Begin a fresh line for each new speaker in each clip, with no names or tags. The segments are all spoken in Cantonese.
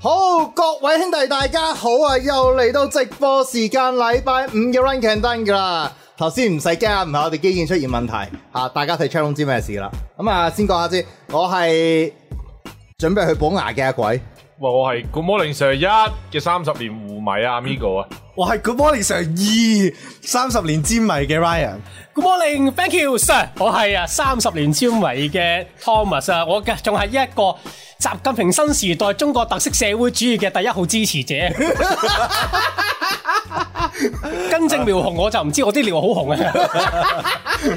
好，各位兄弟大家好啊！又嚟到直播時間，禮拜五嘅 Run Can Done 噶啦。頭先唔使驚啊，唔係我哋機件出現問題啊，大家睇 chat room 知咩事啦。咁啊，先講下先，我係準備去補牙嘅阿鬼，
哇！我係 Good Morning Sir 一嘅三十年胡迷啊，Amigo 啊，
我係 Good Morning Sir 二三十年之迷嘅 Ryan，
Good morning, thank you, sir。我係啊三十年超迷嘅 Thomas 啊，我嘅仲係一個習近平新時代中國特色社會主義嘅第一號支持 者。根正苗紅我就唔知，我啲尿好紅 啊！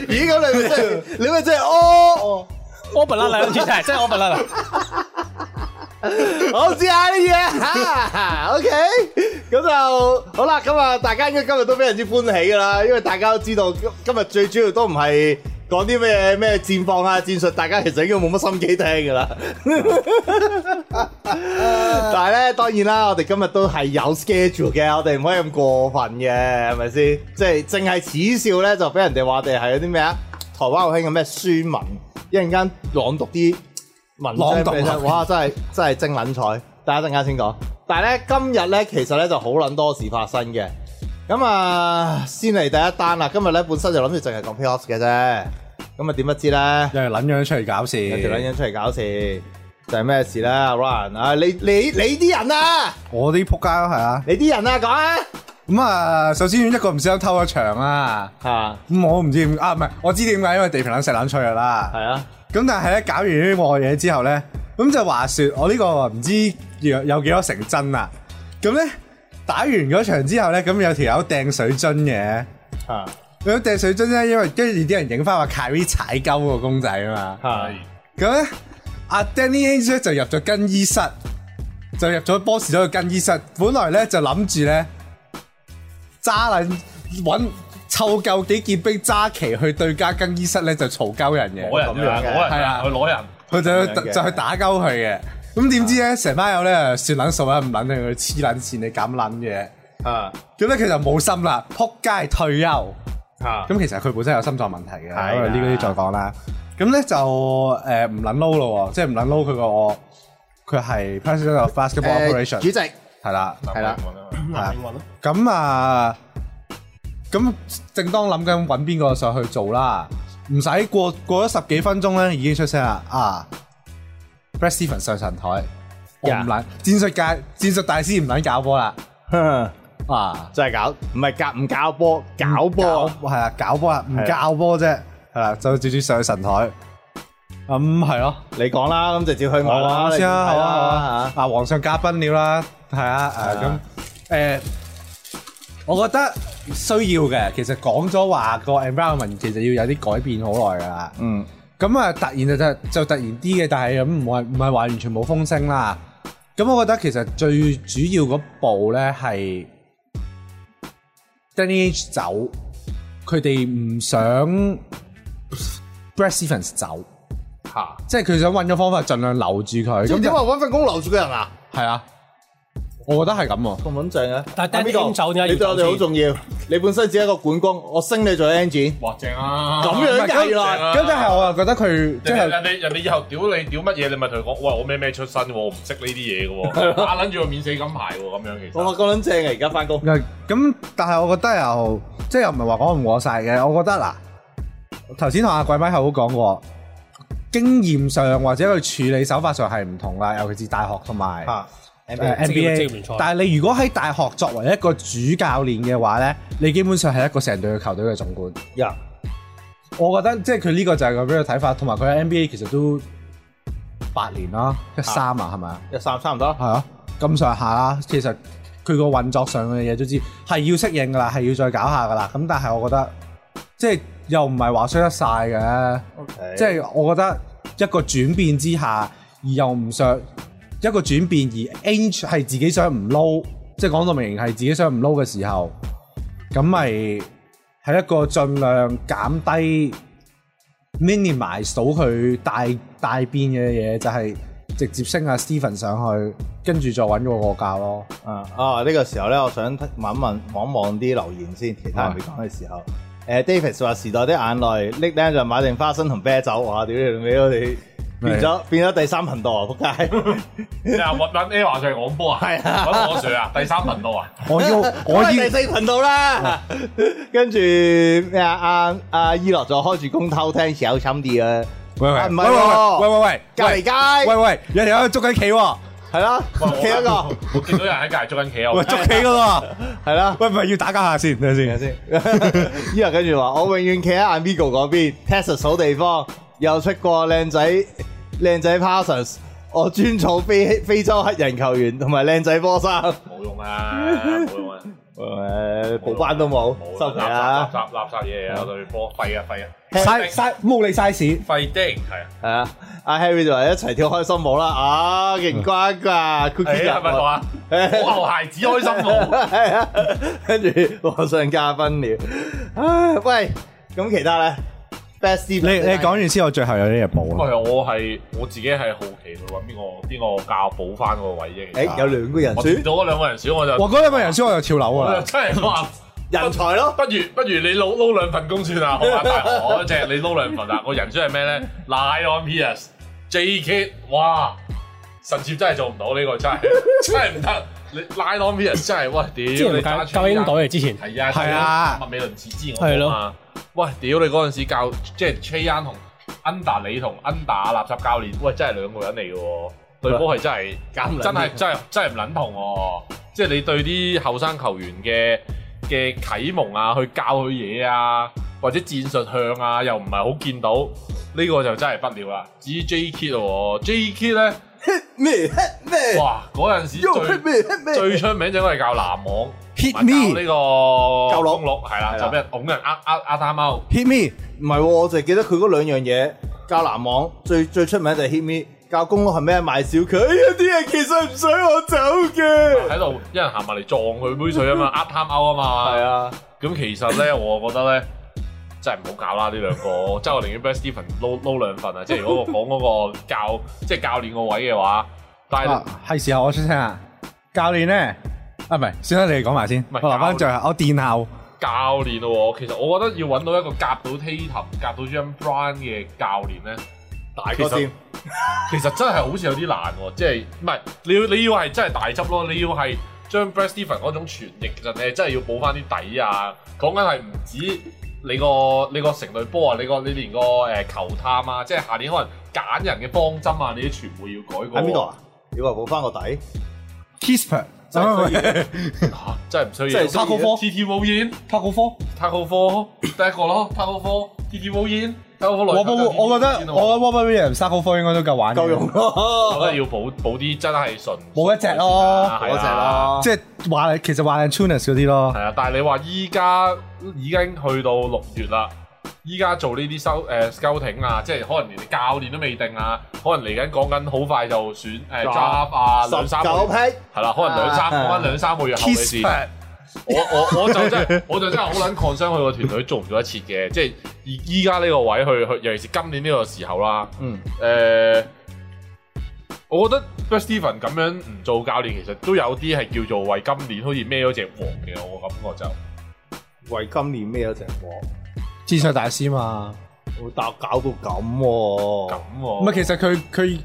咦咁你咪真 係你咪真係哦，
我笨啦啦，諗住真係真係我 笨啦啦。
我知啊呢啲嘢 吓，OK，咁就好啦。咁啊，大家應該今日都非常之歡喜噶啦，因為大家都知道今今日最主要都唔係講啲咩咩戰況啊戰術，大家其實已經冇乜心機聽噶 啦。但係咧，當然啦，我哋今日都係有 schedule 嘅，我哋唔可以咁過分嘅，係咪先？即係淨係恥笑咧，就俾人哋話我哋係嗰啲咩啊？台灣好興嘅咩書文，一陣間朗讀啲文
朗
章
讀啊
俾你聽，哇！真係真係精撚彩，大家陣間先講。但係咧，今日咧其實咧就好撚多事發生嘅。咁啊，先嚟第一單啦。今日咧本身就諗住淨係講 playoffs 嘅啫，咁啊點不知咧？
又係撚樣出嚟搞事，
有條撚樣出嚟搞事，就係咩事咧阿？Ryan 啊，你你你啲人啊，
我啲仆街咯，係啊，
你啲人啊，講啊，
咁啊，首先一個唔小心偷咗場啊，
嚇
咁我唔知點啊，唔係，我知點解，因為地平撚石撚脆噶啦，
係啊，
咁但係咧搞完呢個嘢之後咧，咁就話說我呢個唔知有有幾多成真啦，咁咧打完嗰場之後咧，咁有條友掟水樽嘅。
嚇
咁掟水樽咧，因為跟住啲人影翻話 Kyrie 踩鳩個公仔啊嘛。
嚇
咁咧，阿 Danny Ainge 咧就入咗更衣室，就入咗波士咗嘅更衣室。本來咧就諗住咧揸撚揾湊夠幾件兵揸旗去對家更衣室咧就嘈鳩人
攞人
嘅，
咁樣
啊，攞
嘅
人
係啊
啊，去攞人，
佢就去
咁樣嘅
就去打鳩佢嘅。咁點知咧成班友咧算撚數啦，啊唔撚佢佢黐撚線，你咁撚嘅。
嚇
咁咧佢就冇心啦，撲街退休。
嚇
咁其實佢本身有心臟問題嘅，
係
我哋呢啲再講啦。咁咧就誒唔撚撈咯喎，即係唔撚撈佢個佢係 President of Basketball
誒呃主
Operation
席
係啦，
係啦
係啊咁啊，咁正當諗緊揾邊個上去做啦，唔使過過咗十幾分鐘咧，已經出聲啦啊 b r e t Stevens 上神台，我唔撚戰術界戰術大師唔撚搞波啦啊！
真係搞，唔係搞唔搞波，搞波
係啊，搞波啊，唔教波啫，係啦，就直接上去神台。咁係咯，
你講啦，咁直接去我啦，
先啦，
係
好啊，好
啊
啊，啊，皇上嘉賓了啦，係啊，
係啊
誒咁誒，我覺得需要嘅，其實講咗話個 environment 其實要有啲改變好耐噶啦。
嗯，
咁啊，突然就就就突然啲嘅，但係咁唔係唔係話完全冇風聲啦。咁我覺得其實最主要嗰步咧係 Danny H 走，佢哋唔想 Brad Stevens 走，
嚇。
即係佢想揾咗方法盡量留住
咁
佢。咁
點啊
就
解揾份工留住個人啊？
係啊，我覺得係咁喎。
咁穩陣嘅。啊
但係
阿
Danny
Migo，
Ainge 走點解要
你對我哋
走
好
先
重要。你本身只係一個管工，我升你做 engine。
哇正啊！
咁樣
唔係
計
正
啦。
啊
咁但係我又覺得佢即
人哋
係
人哋人哋以後屌你屌乜嘢，你咪同佢講，喂我咩咩出身喎，我唔識呢啲嘢嘅喎，
啊
打撚住個免死金牌喎，咁樣其
我話
實。
咁撚正啊嘅，而家翻工。
咁，但係我覺得又即係又唔係話講唔過晒嘅。我覺得嗱，頭先同阿貴咪口講過，經驗上或者佢處理手法上係唔同啦，尤其是大學同埋。
嚇
誒
，NBA
啊職業職業
NBA，
聯賽
但係你如果喺大學作為一個主教練嘅話咧，你基本上係一個成隊嘅球隊嘅總管。
呀，
我覺得即係佢呢個就係咁樣嘅睇法，同埋佢喺 NBA 其實都八年啦，一三啊，係咪啊？
一三差唔多。
係啊，咁上下啦。其實佢個運作上嘅嘢都知係要適應噶啦，係要再搞下噶啦。咁但係我覺得即係又唔係話衰得晒嘅。
OK
即係我覺得一個轉變之下，而又唔想一個轉變，而 Ange 係自己想唔撈，即係講到明係自己想唔撈嘅時候，咁咪係一個盡量減低 minimize 到佢大大變嘅嘢，就係、直接升阿 Stephen 上去，跟住再揾個過教咯。
啊啊！呢個時候咧，我想問一問望一望啲留言先，其他人未講嘅時候。誒 Davis 話時代的眼淚，Nick 咧就買定花生同啤酒，哇！屌你老味，我哋變咗變咗第三頻道啊！仆街，
你話揾揾 Era 上嚟講波啊？
係啊
揾我 Sir 啊？第三頻道啊？
我要
咁
我
係第
要
四頻道啦。跟住咩啊？阿阿伊樂就開住公偷聽，小心啲啊！
喂喂
啊唔係
喂
喎
喂喂喂
隔離
喂
街
喂喂，有條友捉緊棋喎，
係啦，
喂我
企一個
我見到有人喺隔離捉緊棋啊！
喂捉棋噶啦，
係啦。
喂唔係要打交下先，等陣
睇下
先。
先，伊樂跟住話：我永遠企喺 Amigo 嗰邊，Texas 好地方，又出過靚仔靚仔 Parsons，我專草非非洲黑人球員同埋靚仔波衫，誒、
冇 用啊！冇用啊！
補班都冇，收皮
垃圾
啦
垃，圾垃圾嘢啊！對波廢啊廢啊！
嘥嘥冇你嘥屎，
廢的係啊！
係啊，阿 Harry 就話一齊跳開心舞啦，啊，勁瓜噶，Cookie
誒係咪我
入
啊？
哎
我牛孩子開心 舞，
係啊，跟住皇上加分了，唉，喂，咁其他咧，best 你
你你講完之後，最後有啲嘢補啊。
喂我係我自己係好奇佢揾邊個邊個教補翻個位啫。其實
哎誒有兩個人
我
選
見到嗰兩個人選我就
我嗰兩個人先，我就跳樓
我
啊
就
啦。
真係話。
人才咯。
不如不如你撈撈兩份工算啦，好嘛？大我只你撈兩份啦。我人選係咩咧？Lion Pierce、J K，哇！神接真係做唔到呢、個真係 真係唔得。你 Lion Pierce 真係喂
之
屌！
前
你
教
打
教英隊嚟之前，
係啊
係啊
麥美倫子之
係
我
咯
嘛。喂屌！你嗰陣時教即係 Trayan 同 Under 你同 Under 垃圾教練，喂真係兩個人嚟嘅喎。對波係真係
夾唔撚
真係真係真係唔撚同喎。即係你對啲後生球員嘅嘅啟蒙啊，去教佢嘢啊，或者戰術向啊，又唔係好見到，呢、個就真係不了啦。至於 J Kid 喎，J Kid 咧，
咩咩？
哇嗰陣時最
咩咩
最出名就應該係教籃網
Hit
同埋教
me
呢個
教鹿
公鹿係
係
啦，
啦
就俾人拱人呃呃呃他貓。
Hit me，
唔係喎，我就係記得佢嗰兩樣嘢，教籃網最最出名就係 hit me，教公屋係咩賣小佢，哎呀啲人其實唔想我走嘅。
喺度有人行埋嚟撞佢杯水啊嘛，呃貪勾啊嘛。
係啊，
咁其實咧，我覺得咧，真係唔好搞啦呢兩個，即係我寧願 b e s t Stephen 撈撈兩份啊！即係如果我講嗰個教，即係教練個位嘅話，但係
啊係時候我出聲啊！教練咧，啊唔係，先啦，你哋講埋先。
唔係
我留翻最後，我殿後。
教練喎，其實我覺得要揾到一個夾到 Tatum、夾到 j a m Brown 嘅教練咧，
大
其
個
實
先，
其實真係好似有啲難喎，即係唔係你要你要係真係大執咯，你要係將 b r e s t e v e n 嗰種傳譯，其實你係真係要補翻啲底啊！講緊係唔止你個你個成隊波啊，你個你連個誒、呃球探啊，即係下年可能揀人嘅方針啊，你啲全部要改過。
喺邊度啊？你話補翻個底，
Kisper，
啊
真係
啊
需要
嚇啊真係唔需要
真係需要
Taco Fall、TT 冇煙、
塔古科。
Taco Fall 第一個咯，Taco Fall、TT 冇煙、Taco Fall
我我我覺得我覺得 Robert Williams 沙高科應該都夠玩嘅
夠用
啊 我覺
咯，
得要補補啲真係純
冇一隻咯，
啊
嗰隻。咯。
即係話其實話 Tunis 嗰啲咯
係，啊，但係你話依家已經去到六月啦，依家做呢啲收誒 scouting 啊，即係可能連教練都未定啊，可能嚟緊講緊好快就選誒 draft 啊，兩
十
三個
九
月
批，
係啦，可能兩三講緊兩三個月後嘅
Kiss
事。
Pat
我我我就真係 我就真係好撚 concern 佢個團隊做唔做得切嘅，即係依依家呢個位去去，尤其是今年呢個時候啦。
嗯，
誒、我覺得 b e s t e v e n 咁樣唔做教練，其實都有啲係叫做為今年好似孭咗隻黃嘅，我感覺就。
為今年咩有成果？
戰術大師嘛。
我打搞到咁喎、
咁
唔
啊
喎、
係其實佢佢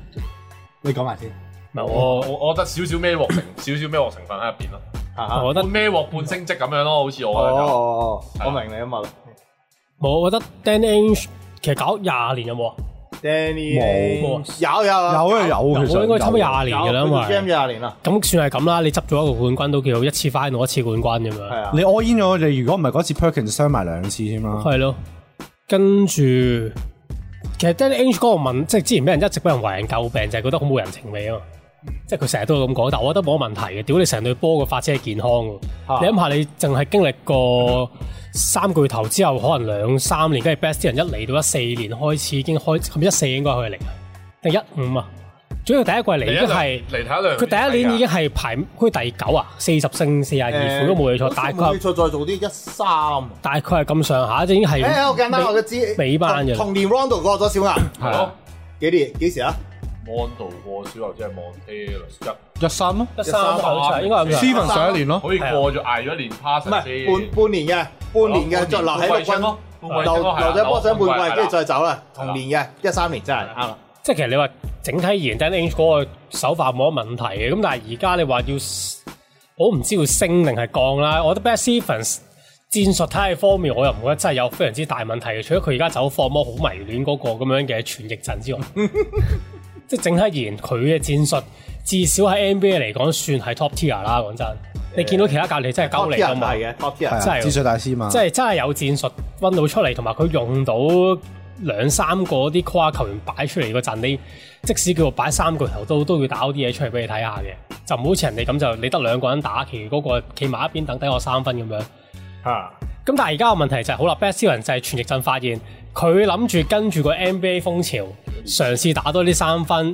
你講埋先，
唔係我我我覺得少少孭鑊成 少少孭鑊成分喺入邊咯，
嚇嚇
我覺
半
得
孭鑊半升職咁樣咯，好似我覺得就
哦，
係啊
我明你啊嘛
冇，我覺得 Dan Ainge 其實搞廿年有冇啊？
，Danny
冇
Ainge 有有
有啊有，其實
我應該差唔多
有啊
廿年嘅啦，因
有 Jam
為
廿年啦，
咁算係咁啦。你執咗一個冠軍都叫一次 final 一次冠軍咁
係
樣，
啊，
你 all in 咗，你如果唔係嗰次 Perkins 傷埋兩次添啦。
係咯。跟住其實 Dan Ainge 嗰個問，即係之前俾人一直俾人為人詬病，就係覺得好冇人情味啊嘛。即係佢成日都係咁講，但我覺得冇乜問題嘅。屌你成隊波個發展係健康嘅，
啊
你諗下你淨係經歷過三巨頭之後，可能兩三年，跟住 best 人一嚟到一四年開始已經開，咁一四應該佢係零啊定一五啊？總之佢第一季嚟
嚟
已
一
經
兩
係。
嚟睇一兩，
佢第一年已經係排佢第九啊，四十勝四廿二負都冇嘢錯，
誒
大
冇記
概
錯再做啲一三。
大概係咁上下，即已經係
誒，我簡單我嘅知
尾班嘅啦
同年 Rondo 過咗小牛，
係咯，
幾年幾時啊？
安度過小牛即係望 Taylor
一三咯
一三啊好似係應該係咁上下。
，Steven 上一年
哦
咯，
可以過咗捱咗一年哦 pass
唔係半半年嘅，哦半年嘅再留啊
啊
喺陸軍，留留咗波上半季，跟住再走啦。同年嘅一三年真係啱啦，
即係其實你話整體而言 d a n Ainge 嗰個手法冇乜問題嘅，咁但係而家你話要，我唔知要升定係降啦。我覺得 Bad Stevens 戰術體系方面，我又唔覺得真係有非常之大問題嘅，除咗佢而家走放魔好迷戀嗰個咁樣嘅全逆陣之外， 即係整體而言佢嘅戰術至少喺 NBA 嚟講算係 top tier 啦。講真，你見到其他教練真係鳩嚟㗎嘛？
嘅，top tier
係啊
真係喎
資訊大師嘛，
即係真係有戰術温到出嚟，同埋佢用到兩三個啲跨球員擺出嚟嗰陣，你即使叫做擺三個球都都要打嗰啲嘢出嚟俾你睇下嘅，就唔好似人哋咁就你得兩個人打，其餘嗰個企埋一邊等低我三分咁樣。
嚇，
咁但係而家個問題就係、好啦 b e s t 人就係全逆陣發現，佢諗住跟住個 NBA 風潮嘗試打多啲三分，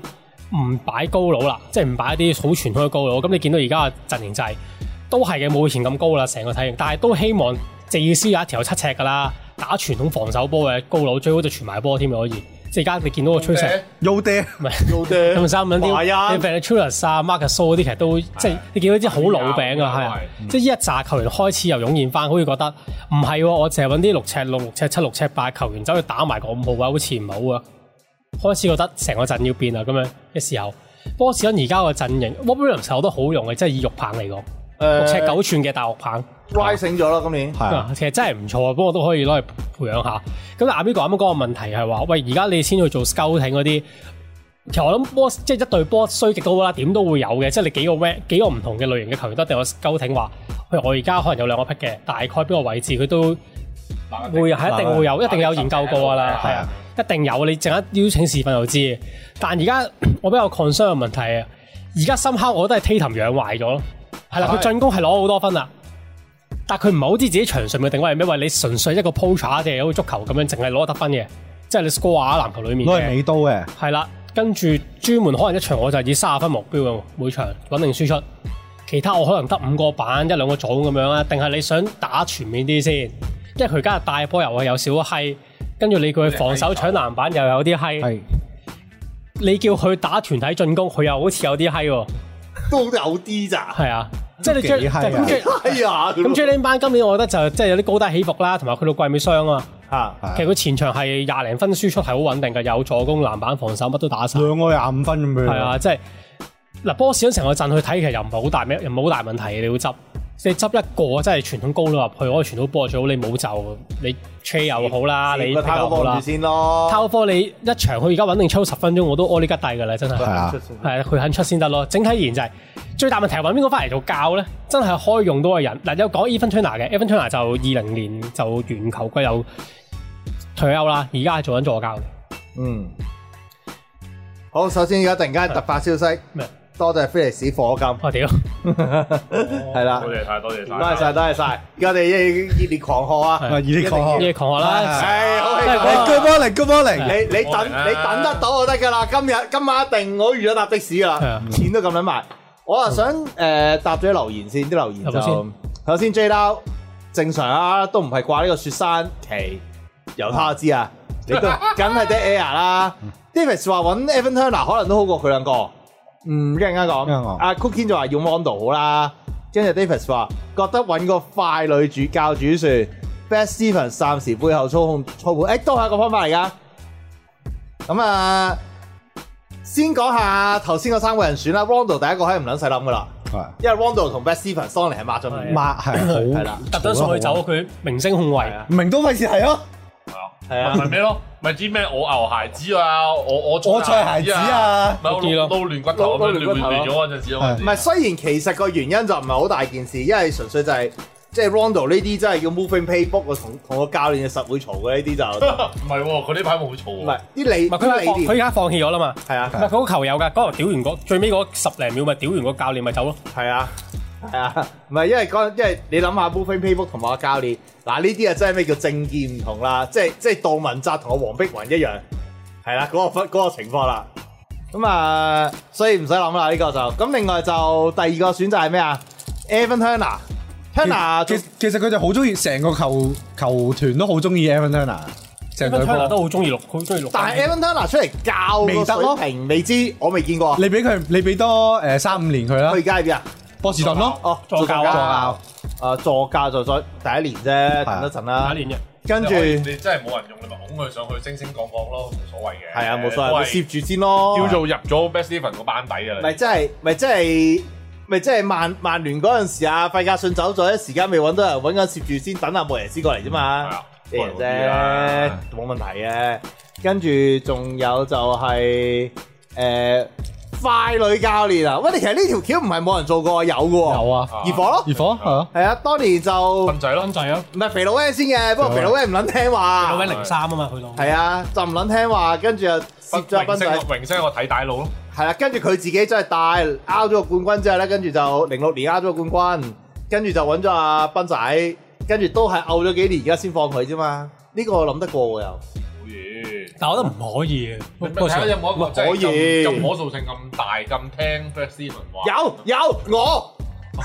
唔擺高佬啦，即係唔擺一啲好傳統嘅高佬。咁你見到而家嘅陣型就係、都係嘅，冇以前咁高啦，成個體型，但係都希望至少有一條有七尺噶啦，打傳統防守波嘅高佬，最好就傳埋波添可以。即係而家你見到個趨勢。
U 爹
有啲
咁三蚊
華
啲，你
人
Venturas 啊、Marcus So 嗰啲，其實都即係你見到啲好老餅啊，係啊，即係呢一紮球員開始又湧現翻，好似覺得唔係喎，我淨係揾啲六尺六、六尺七、六尺八球員走去打埋個五號位，好似唔好啊。開始覺得成個陣要變啦，啊咁樣嘅時候，波士頓而家個陣型 w o b b i l l i a m s 我覺得好用嘅，即係以肉棒嚟講，六尺九寸嘅大肉棒。
rising 咗啦，今年
係啊，
啊，其實真係唔錯，不過都可以攞嚟培養下。咁但阿 B 講啱啱嗰個問題係話，喂，而家你先去做 scouting 嗰啲，其實我諗波即係一隊波衰極都好啦，點都會有嘅，即係你幾個 rank 幾個唔同嘅類型嘅球員都一定有 scouting 話，譬如我而家可能有兩個 pick 嘅，大概邊個位置佢都會啊係一定會有，一定有研究過㗎啦，係啊，一定有，你陣間邀請視頻就知。但而家我比較 concern 嘅問題啊，而家深刻我覺得係 Tatum 養壞咗咯，係啦，佢
係
進攻係攞好多分啦。但佢唔係好知自己場上嘅定位係咩，喂，你純粹一個 poacher 嘅，好似足球咁樣，淨係攞得分嘅，即係你 score 啊籃球裡面
攞嚟
嘅，
美刀嘅，
係啦，跟住專門可能一場我就以三十分目標嘅喎每場穩定輸出，其他我可能得五個板一兩個組咁樣啦，定係你想打全面啲先？因為佢而家帶波又係有少閪，跟住你叫佢防守搶籃板又有啲閪，
係
你
啊
叫佢打團體進攻，佢又好似有啲閪喎，
都有啲咋，
係啊，即係你
幾
將
閪啊
咁將
哎呀，
咁 J 呢班今年我覺得就即係有啲高低起伏啦，同埋佢到季尾傷啊。
嚇，
係啊
其實佢前場係廿零分輸出係好穩定嘅，有助攻、籃板、防守乜都打晒。
兩個廿五分咁樣，
係啊，即係嗱，波士頓成個陣去睇，其實又唔係好大咩，又唔係好大問題嘅。你要執，你執一個真係傳統高佬入去，我傳統波最好你冇就你 trade 又好啦，啊你
個
pick 又
Tyler
好
望
啦
住。先咯，
偷科你一場，佢而家穩定抽十分鐘，我都屙呢吉帝㗎啦，真係。
係啊
出，先
係啊，佢肯出先得咯。整體而言就係、最大問題係揾邊個翻嚟做教咧，真係可以用到嘅人。嗱，有講 Evan Turner 嘅，Evan Turner 就二零年就完球季又退休啦，而家係做緊助教嘅。
嗯，好，首先而家突然間突發消息
咩，哦
多謝菲尼斯火金，
我屌，
係啦
多，謝晒，多謝晒，
多謝晒，多謝晒，而家我哋熱烈狂賀啊！
係
啊，以呢個
夜狂學啦，
唉，好
哦真係
氣
講
憤
啊
Good morning，Good morning，
你你等你等得到就得噶啦，今日今晚一定我預咗搭的士噶
係
啦
啊，
錢都咁撚埋。我啊想誒答咗啲留言先，啲留言
答咗
就
先
首先 J 撈正常啊，都唔係掛呢個雪山旗，由他知啊，你都梗係 dead air 啦。Davis 話揾 Evan Turner 可能都好過佢兩個，嗯，一陣間
一陣間講
講。阿 Cookin 就話用 Rondo 好啦，跟住 Davis 話覺得揾個快女主教主算，Best Stevens 暫時背後操控操盤，誒、都係一個方法嚟㗎。咁啊，先講下頭先嗰三個人選啦。Rondo 第一個係唔撚使諗噶啦，
係
因為 Rondo 同 Best Stevens 當年係抹咗面，
抹係啊好
係啦，啊
特登送佢走，佢明星控衞
係啊
唔明都費事係咯，
係啊
咪咩咯？咪知咩我牛鞋子啊，我我
我菜鞋子，啊，
咪我
嗰啲咯
撈撈亂骨頭咁樣
撈亂
亂
骨頭
亂咗嗰陣時啊嗰陣時，
唔係雖然其實個原因就唔係好大件事，因為純粹就係、即係 Rondo 呢啲真係叫 moving playbook 啊，同同個教練實會嘈嘅呢啲就
唔係喎，佢呢排冇嘈
唔
喎
係，啲理
哦唔係佢而
啲理
家放佢而
念
家放棄咗啦嘛。
係啊
唔係佢個球有㗎，嗰球屌完嗰最尾嗰十零秒咪屌完個教練咪走咯。
係啊。係啊，唔係因為嗰因為你諗下 moving playbook 同埋個教練嗱呢啲啊真係咩叫政見唔同啦，即係即係杜汶澤同個黃碧雲一樣，係啦嗰個分嗰、個情況啦。咁啊，所以唔使諗啦呢個就。咁另外就第二個選擇係咩啊？Evan Turner，Turner
其其實佢就好中意成個球球團都好中意 Evan Turner，成
Evan
隊
Turner
波。
都好中意六，好中意六。
但係 Evan Turner 出嚟教
未得咯
個水平未知，我未見過。佢
你俾佢，你俾多誒三五年佢啦
而，家喺邊啊？
波士頓咯，
哦，
助教
助
啊
教
啊，助教就再第一年啫，
係啊
等一陣
打
啦。
一年嘅。
跟住
你真係冇人用，你咪拱佢上去星星講講咯，冇所謂嘅。
係啊，冇所謂，
都
你
係
攝住先咯。
叫做入咗 Best Eleven 個班底啊
咪
㗎啦。
即係咪即係咪即係曼曼聯嗰陣時啊，費格遜走咗，一時間未揾到人揾緊攝住先，等阿莫耶斯過嚟啫
係
嘛，
啊，
啲人
都係嗰啲啦
啫，冇問題嘅。跟住仲有就係、誒、快女教練啊，喂，你其實呢條橋唔係冇人做過，有嘅喎，
有啊，
熱火咯，
熱火係啊，
係啊，當年就
斌
唔
仔咯，
咁滯咯，
係肥佬 A 先嘅，不過肥佬 A 唔撚聽
到
話，
位零三啊嘛，去到
係啊，就唔撚聽話，跟住又攝咗阿
榮
斌
星
仔。
榮星我睇大佬咯，
係啦，跟住佢自己真係帶拗咗個冠軍之後咧，跟住就零六年拗咗個冠軍，跟住就揾咗阿斌仔，跟住都係拗咗幾年，而家先放佢啫嘛。呢、個我諗得過喎又，
好嘢。
但我覺得唔可以嘅。
你咪
嗰
睇下
時
有
候
冇一個真
可以
係咁咁可塑性咁大、咁聽 Best Eleven 話。
有有我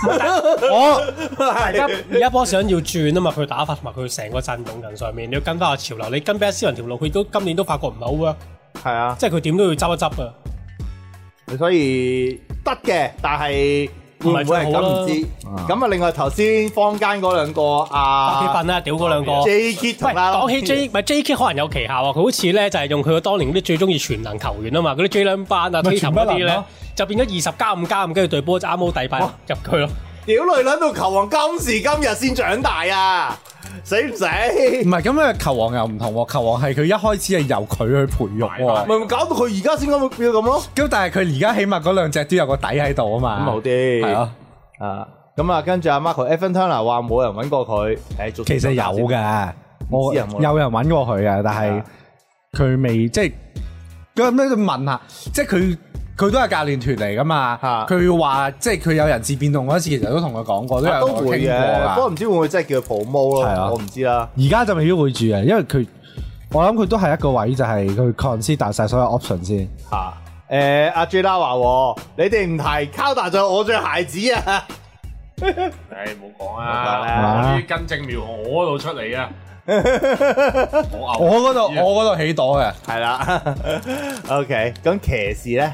我
而家而家波士頓要轉啊嘛，佢打法同埋佢成個陣容人上面，你要跟翻個潮流。你跟 b e s 人條路，佢都今年都發覺唔係好 work，
係啊，
即係佢點都要執一執啊。
所以得嘅，但係會唔會係咁唔知。咁啊，另外頭先坊間嗰兩個
百幾
啊
分啦，屌嗰兩個。
J K 同
喂，
啦，
講起 J 咪 J.K. 可能有奇效啊！佢好似咧就係用佢當年嗰啲最中意全能球員啊嘛，嗰啲 J 兩班啊、
咪
T
全
頭
不
嗰
能咯
啲咧，就變咗二十加五加五，跟住隊波就啱好第八入佢咯。
屌女撚到球王今時今日先長大啊，死唔 死？
唔係咁啊，球王又唔同喎，球王係佢一開始係由佢去培育喎，
咪搞到佢而家先咁變到咁咯，
咁但係佢而家起碼嗰兩隻都有個底喺度啊
咁
嘛，
好啲。
係啊，
啊，咁啊，跟住阿 Marco Evan Turner 話冇人揾過佢，誒，做
其實有
嘅，
嘅，我
知有冇
有人揾過佢嘅，但
係
係
啊
佢未即係咁咧就問下，即係佢佢都係教練團嚟噶嘛
啊，
佢話即係佢有人事變動嗰時，其實都同佢講過，都有
都
同佢
會
傾過
嘅，不過
噶。
唔知會唔會真係叫佢 promo
係啊
咯，我唔知啦。
而家就未必會住啊嘅，因為佢我諗佢都係一個位就係佢 consider 晒所有 option 先。
嚇，誒，阿 J 拉話喎，你哋唔提 c o u d e r 就我最孩子 啊，
唉，唔好講啊
冇講啦
啦，我啲根正苗紅我嗰度出 嚟啊！我
我
牛
嗰度我嗰度起朵嘅，
係啦 ，OK，咁騎士咧，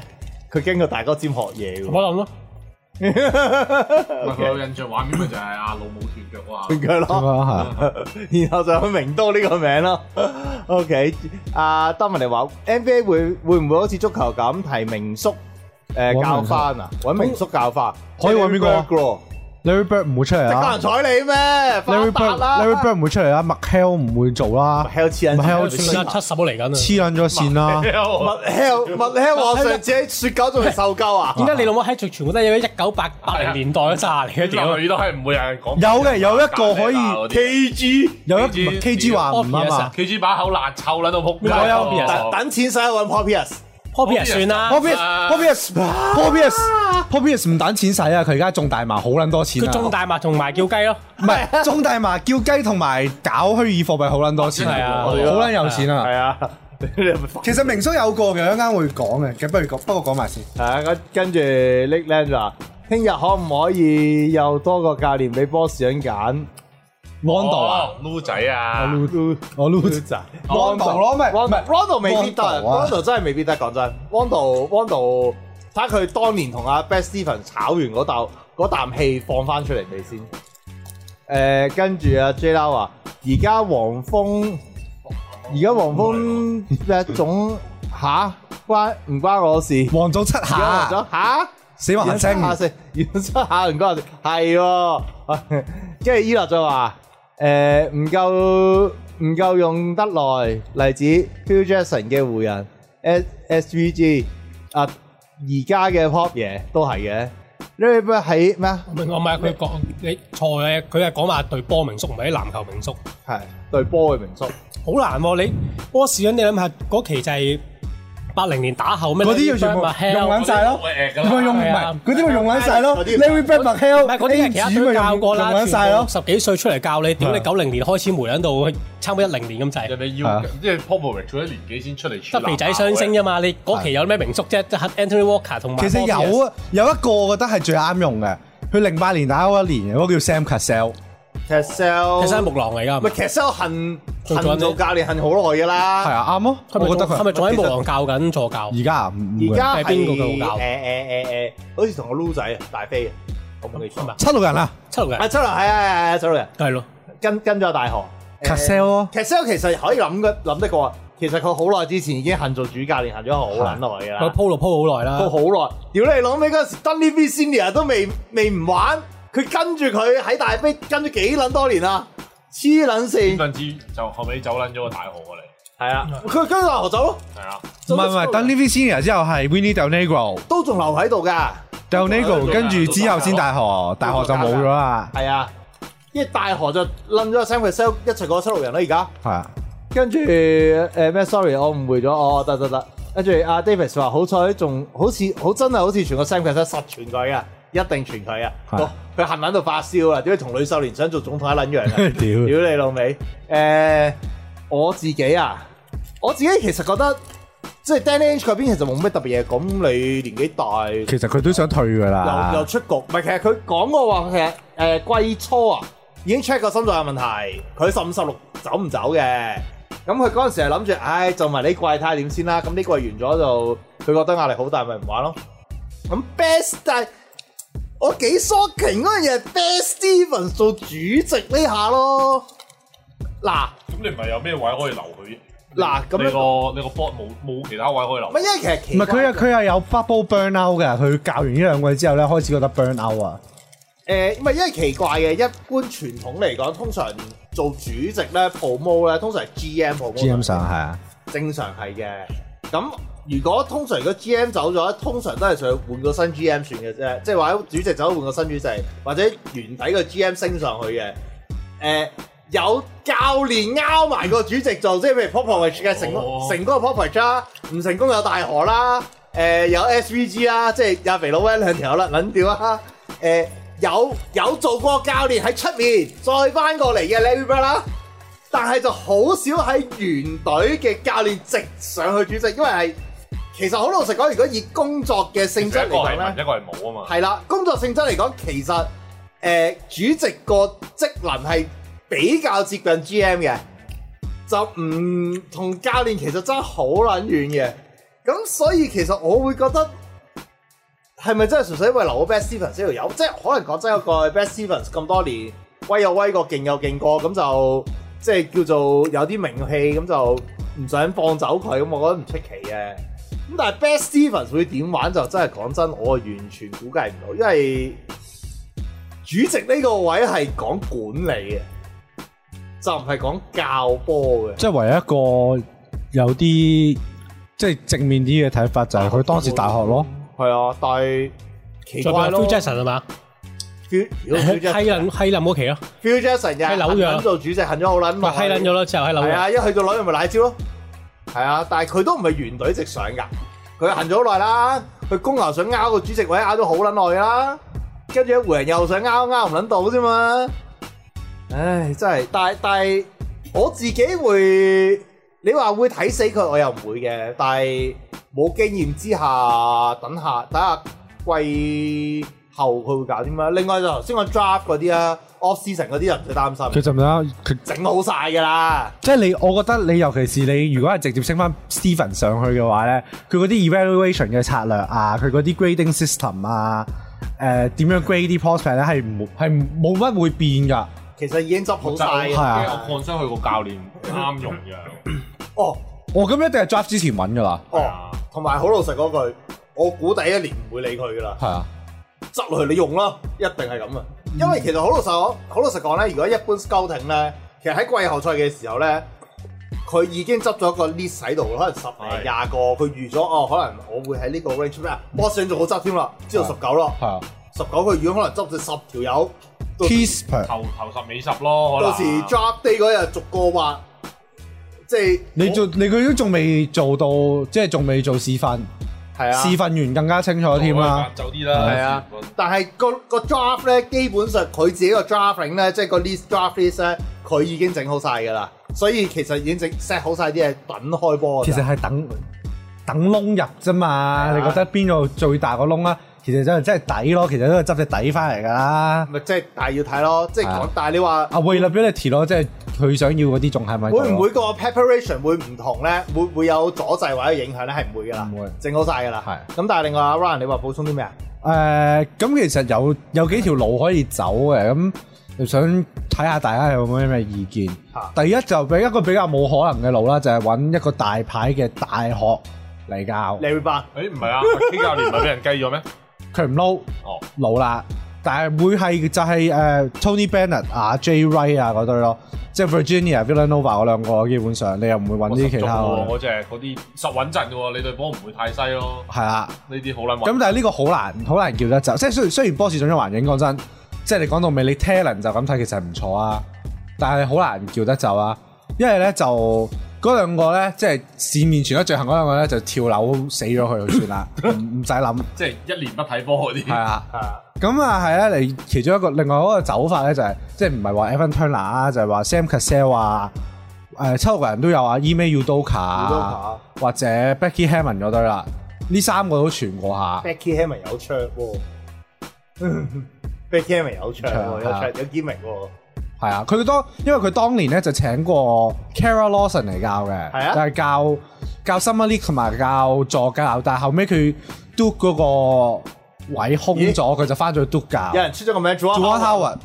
佢跟個大哥尖學嘢
我
喎，
諗咯，
啊
唔係佢有印象畫面咪就係阿老母斷腳啊！
佢
咁
咯，
樣係啊
然後就有明都呢個名咯。OK，阿 d 文嚟話 NBA 會會唔會好似足球咁提名宿誒
揾
教
名宿
翻啊？揾明宿教翻，
可以揾邊個啊
Larry Bird 喎
Larry Bird 唔會出嚟
得
啦
人睬你咩？
，Larry
發達
Bird
啦
Larry Bird 唔會出嚟啦，McHale 唔會做啦，
，hell 黐人，
Hell
算
黐
啦，七十都嚟緊啊！
黐撚咗 線啦。
哦
麥 hell 麥 hell 話上次喺雪狗仲係瘦鳩啊！
點解你老母喺最全部都係一九八八零年代嗰扎嚟嘅
點
屌？
解都係唔會有人講？
有嘅有一
啊
個可以
K G，
有一唔係 KG 話唔啱
Obvious
啊
啊
K G 把口爛臭撚到撲街。哦
我有 obvious
等等錢使去揾 Paul Pierce，
Poppy 算啦，
，Pobius，Pobius，Pobius，Pobius 唔等錢使啊！佢而家種大麻好撚多錢
佢
啊！
中大麻同埋叫雞咯，
唔係種大麻叫雞同埋搞虛擬貨幣好撚多錢
係啊
好撚有錢啊！
係 啊，你咪煩
其實明叔有個嘅，一間會講嘅，咁不如講，不過講埋先。
係啊，跟跟住 Nick Land 話：聽日可唔可以又多個教練俾 boss 想揀？
安度啊，
，Lu 仔啊，
我 lose
仔
安度咯，咪
Rondo Rondo 未必得
Rondo 啊
，Rondo 真係未必得。講真，Rondo Rondo 睇下佢當年同阿 Best Stephen 炒完嗰啖嗰啖氣放翻出嚟未先？誒、跟住阿 J 啦話，而家黃蜂，而家黃蜂嘅總吓關唔關我事？
黃總七
而家黃
下
咗吓？
死
演
亡行
出下
星，
四，演出下唔該，係喎。 跟住伊樂就話：誒唔夠唔夠用得耐。例子 Phil Jackson 嘅湖人，S S V G 啊，而家嘅 Pop 嘢都係嘅。呢個喺咩啊？
唔係我唔係佢講你錯嘅，佢係講話對波名宿唔係啲籃球名宿。
係對波嘅名宿，
好難喎、你波士頓你諗下嗰期就係八零年打後咩？
嗰啲要全部
Hell，
用撚晒咯，咪用唔
係
係
啊
嗰啲咪用撚晒咯，Larry Bird、
唔
McHale、
係嗰啲係其
Ainge
他
咪
隊
用
教過啦，
用撚晒咯
全部。十幾歲出嚟教你，屌你
係
九零年開始梅喺度，差唔多一零年咁滯
人，哋
啊
要即係 Popovic 做咗年幾先出嚟處
得
男
肥仔雙星
嘅
啫嘛。你嗰期有咩名宿啫？得 Anthony Walker 同埋
其實
Bobby
有啊，有一個我覺得係最啱用嘅，佢零八年打嗰一年嗰個叫 Sam Cassell，
其實 sell
其實係木狼嚟㗎，
咪
係咪
其實 sell 恨
做咗
恨做
啲
教練恨好耐㗎啦。
係啊啱咯，
佢咪
我覺得
仲係咪
佢
仲喺木狼教緊助教？
而家啊唔
而家
係邊個
誒
嘅老
誒
教
誒誒，好似同個 Lu 仔啊大飛嘅，我冇記
係
錯
咪。
七六人啊，
七六
啊，
嘅
周良係啊係啊，周良。
係咯，
跟跟咗大河，
Cassell 咯，
Cassell 其實可以諗嘅諗得過，其實佢好耐之前已經恨做主教練，恨咗好撚耐㗎
佢
啦，
鋪路鋪好
啊
耐
都
啦，
好耐。屌你老尾嗰陣時，Dunny B Senior 都未未唔玩，佢跟住佢喺大飛跟咗幾撚多年啦，黐撚
邊
線。
份知就後尾走撚咗個大河過嚟，
係啊，佢跟住大學走咯，
係啊，
唔係唔係，等 Livy Senior 之後係 Winnie Del Negro。
都仲留喺度㗎。
Del Negro 跟住之後先大學，大學就冇咗啦，
係啊，因為大河就冧咗 Sam Cassell 一齊過咗七六人啦，而家。
係啊，
跟住誒咩？sorry，我誤會咗，哦得得得。跟住阿 Davis 話好彩仲好似好真係好似全個 Sam 其實實傳佢嘅，一定傳佢嘅。
係
佢佢恨撚到發燒啊啦，點解同呂秀蓮想做總統一啊撚樣嘅？
屌，
屌你老味！誒、呃我自己啊，我自己其實覺得即係 Danny H 嗰邊其實冇咩特別嘢，咁你年紀大。
其實佢都想退噶啦
又又，出局，唔係其實佢講過話，其實誒、呃季初啊已經 check 過心臟有問題，佢十五十六走唔走嘅。咁佢嗰陣時係諗住，唉，做埋呢季睇下點先啦。咁呢季完咗就，佢覺得壓力好大，咪唔玩咯。咁 best 但係我幾 shocking 嗰樣嘢係，best Steven 做主席呢下咯。嗱
咁你唔係有咩位可以留佢啫？
嗱咁樣
你個你個 board 冇冇其他位可以留
唔係，啊因為其實
唔
其
係佢係
佢
佢係有 bubble burn out 嘅，佢教完呢兩季之後咧，開始覺得 burn out 啊，
誒呃唔係因為奇怪嘅，一般傳統嚟講，通常做主席咧 promo 咧，通常係 GM promo。
GM 上係啊，
正常係嘅。咁如果通常如果 GM 走咗，通常都係想換個新 GM 算嘅啫，即係或者主席走換個新主席，或者原底個 GM 升上去嘅。誒、有教練拗埋個主席做，即係譬如 Popovich 嘅成功、
哦
成功嘅 Popovich 啦，唔成功有大河啦，誒、有 SVG 啦，即係有肥佬威兩條友啦，撚掉啦，誒、有有做過教練喺出面再翻過嚟嘅 Larry Bird 啦。但係就好少喺原隊嘅教練直上去主席，因為係其實好老實講，如果以工作嘅性質嚟
一個係
講
文，
咧，
一個係冇啊嘛。
係啦，工作性質嚟講，其實誒、呃主席個職能係比較接近 GM 嘅，就唔同教練其實爭好撚遠嘅。咁所以其實我會覺得係咪真係純粹因為留個 Best Stevens 呢條友？即係可能講真嗰個 Best Stevens 咁多年威有威過，勁有勁過，咁就即係叫做有啲名氣，咁就唔想放走佢，咁我覺得唔出奇嘅。咁但係 Best Stevens 會點玩就真係講真，我完全估計唔到，因為主席呢個位係講管理嘅，就唔係講教波嘅。
即係唯一一個有啲即係正面啲嘅睇法就係佢當時大學咯，
係啊，但係奇
再
怪
變
咯
Phil。Jackson 係嘛？
Phil 如果 Phil
係
Jackson-
撚係撚嗰期咯，
Phil Jackson 又
喺紐約
肯做主席，恨咗好撚
咪
耐。
係撚咗咯，之後係撚
係
咗。
啊，一去到紐約咪奶招咯。係啊，但係佢都唔係原隊直上㗎，佢恨咗好耐啦。佢公牛想拗個主席位，拗咗好撚耐㗎啦。跟住湖人又想拗，拗唔撚到啫嘛。唉，真係，但係但係我自己會，你話會睇死佢，我又唔會嘅。但係冇經驗之下，等下等下季後佢會搞啲咩？另外就頭先我 draft 嗰啲啊，off season 嗰啲就唔使擔
佢
心，
就唔得，佢
整好晒㗎啦。
即係你，我覺得你尤其是你如果係直接升翻 Steven 上去嘅話咧，佢嗰啲 evaluation 嘅策略啊，佢嗰啲 grading system 啊，誒、點樣 grade 啲 prospect 咧係冇係冇乜會變㗎。
其實已經執好晒
就
嘅。
係啊
我擴張佢個教練唔啱用嘅。
哦
我咁一定係 draft 之前揾㗎啦，
哦，同埋好老實嗰句，我估第一年唔會理佢噶啦，
係啊，
執落去你用啦，一定係咁啊。因為其實好老實講，好老實講咧，如果一般 scouting 咧，其實喺季後賽嘅時候咧，佢已經執咗個 list 喺度，可能十零
係
廿個，佢預咗哦，可能我會喺呢個 range 咩啊，我上仲好執添啦，知道十九啦，
係啊
十九佢如果可能執咗十條友，到
k i s p e r
頭頭十尾十咯，可能
到時 drop day 嗰日逐個話，即係
你做你佢都仲未做到，即係仲未做試訓，
係啊
試。訓完更加清楚添啊啦。
就啲啦，
係啊，但係個個 draft 咧，基本上佢自己個 drafting 咧，即係個 list draft list 咧，佢已經整好晒㗎啦。所以其實已經整 set 好晒啲嘢，等開波㗎
其
咋。
實係等等窿入啫
啊
嘛，你覺得邊度最大個窿啊？其實真係真係底咯，其實都係執只底翻嚟㗎啦。
咪即係但係要睇咯，即係
係
講
啊，
但係你話
啊 availability 咯，即係佢想要嗰啲仲係咪？
會唔會個 preparation 會唔同咧？會會有阻滯或者影響咧？係唔會㗎啦，
唔會
整好晒㗎啦。
係
咁，但係另外阿 Ryan，你話補充啲咩啊？
誒，咁、其實有有幾條路可以走嘅，咁就想睇下大家有冇咩意見。
啊
第一就俾一個比較冇可能嘅路啦，就係、揾一個大牌嘅大學嚟教，
Larry 班
诶，唔係啊，K 教練唔係俾人雞咗咩？
佢唔撈
哦，
老啦，但係會係就係、呃 Tony Bennett 啊、J Wright 啊嗰堆咯，即係 Virginia Villanova 嗰兩個基本上你又唔會揾
我
啲
實
其
中
他
喎，
嘅，
嗰只嗰啲實穩陣嘅喎，你對波唔會太西咯，
係啦。
呢啲好撚
咁
穩。
但係呢個好難好難叫得走，即係雖雖然波士頓嘅環境講真，即係你講到尾你 talent 就咁睇其實唔錯啊，但係好難叫得走啊，因為咧就嗰兩個咧即係市面傳得最行嗰兩個咧就跳樓死咗佢就算啦，唔唔使諗，
即係一年不睇波嗰
係
啲，
啊。
啊，
咁啊，係啊，你其中一個另外嗰個走法咧就係、即係唔係話 Evan Turner 啊，就係、話 Sam Cassell 啊，誒、七六個人都有啊 e m a i Udoka 啊或者 Becky Hammond 嗰堆啦，呢三個都傳過下。
Becky Hammond 有槍喎 ，Becky Hammond 有槍喎，
槍
有
啊
槍有 g i m 喎，
係啊，佢當因為佢當年咧就請過 Kara Lawson 嚟教嘅，
係啊
就係教教 Summer League 同埋教助教，但係後尾佢 Duke 嗰個位空咗，佢就翻咗去 Duke 教
有。人出咗個名 j o
j o h
啊
Howard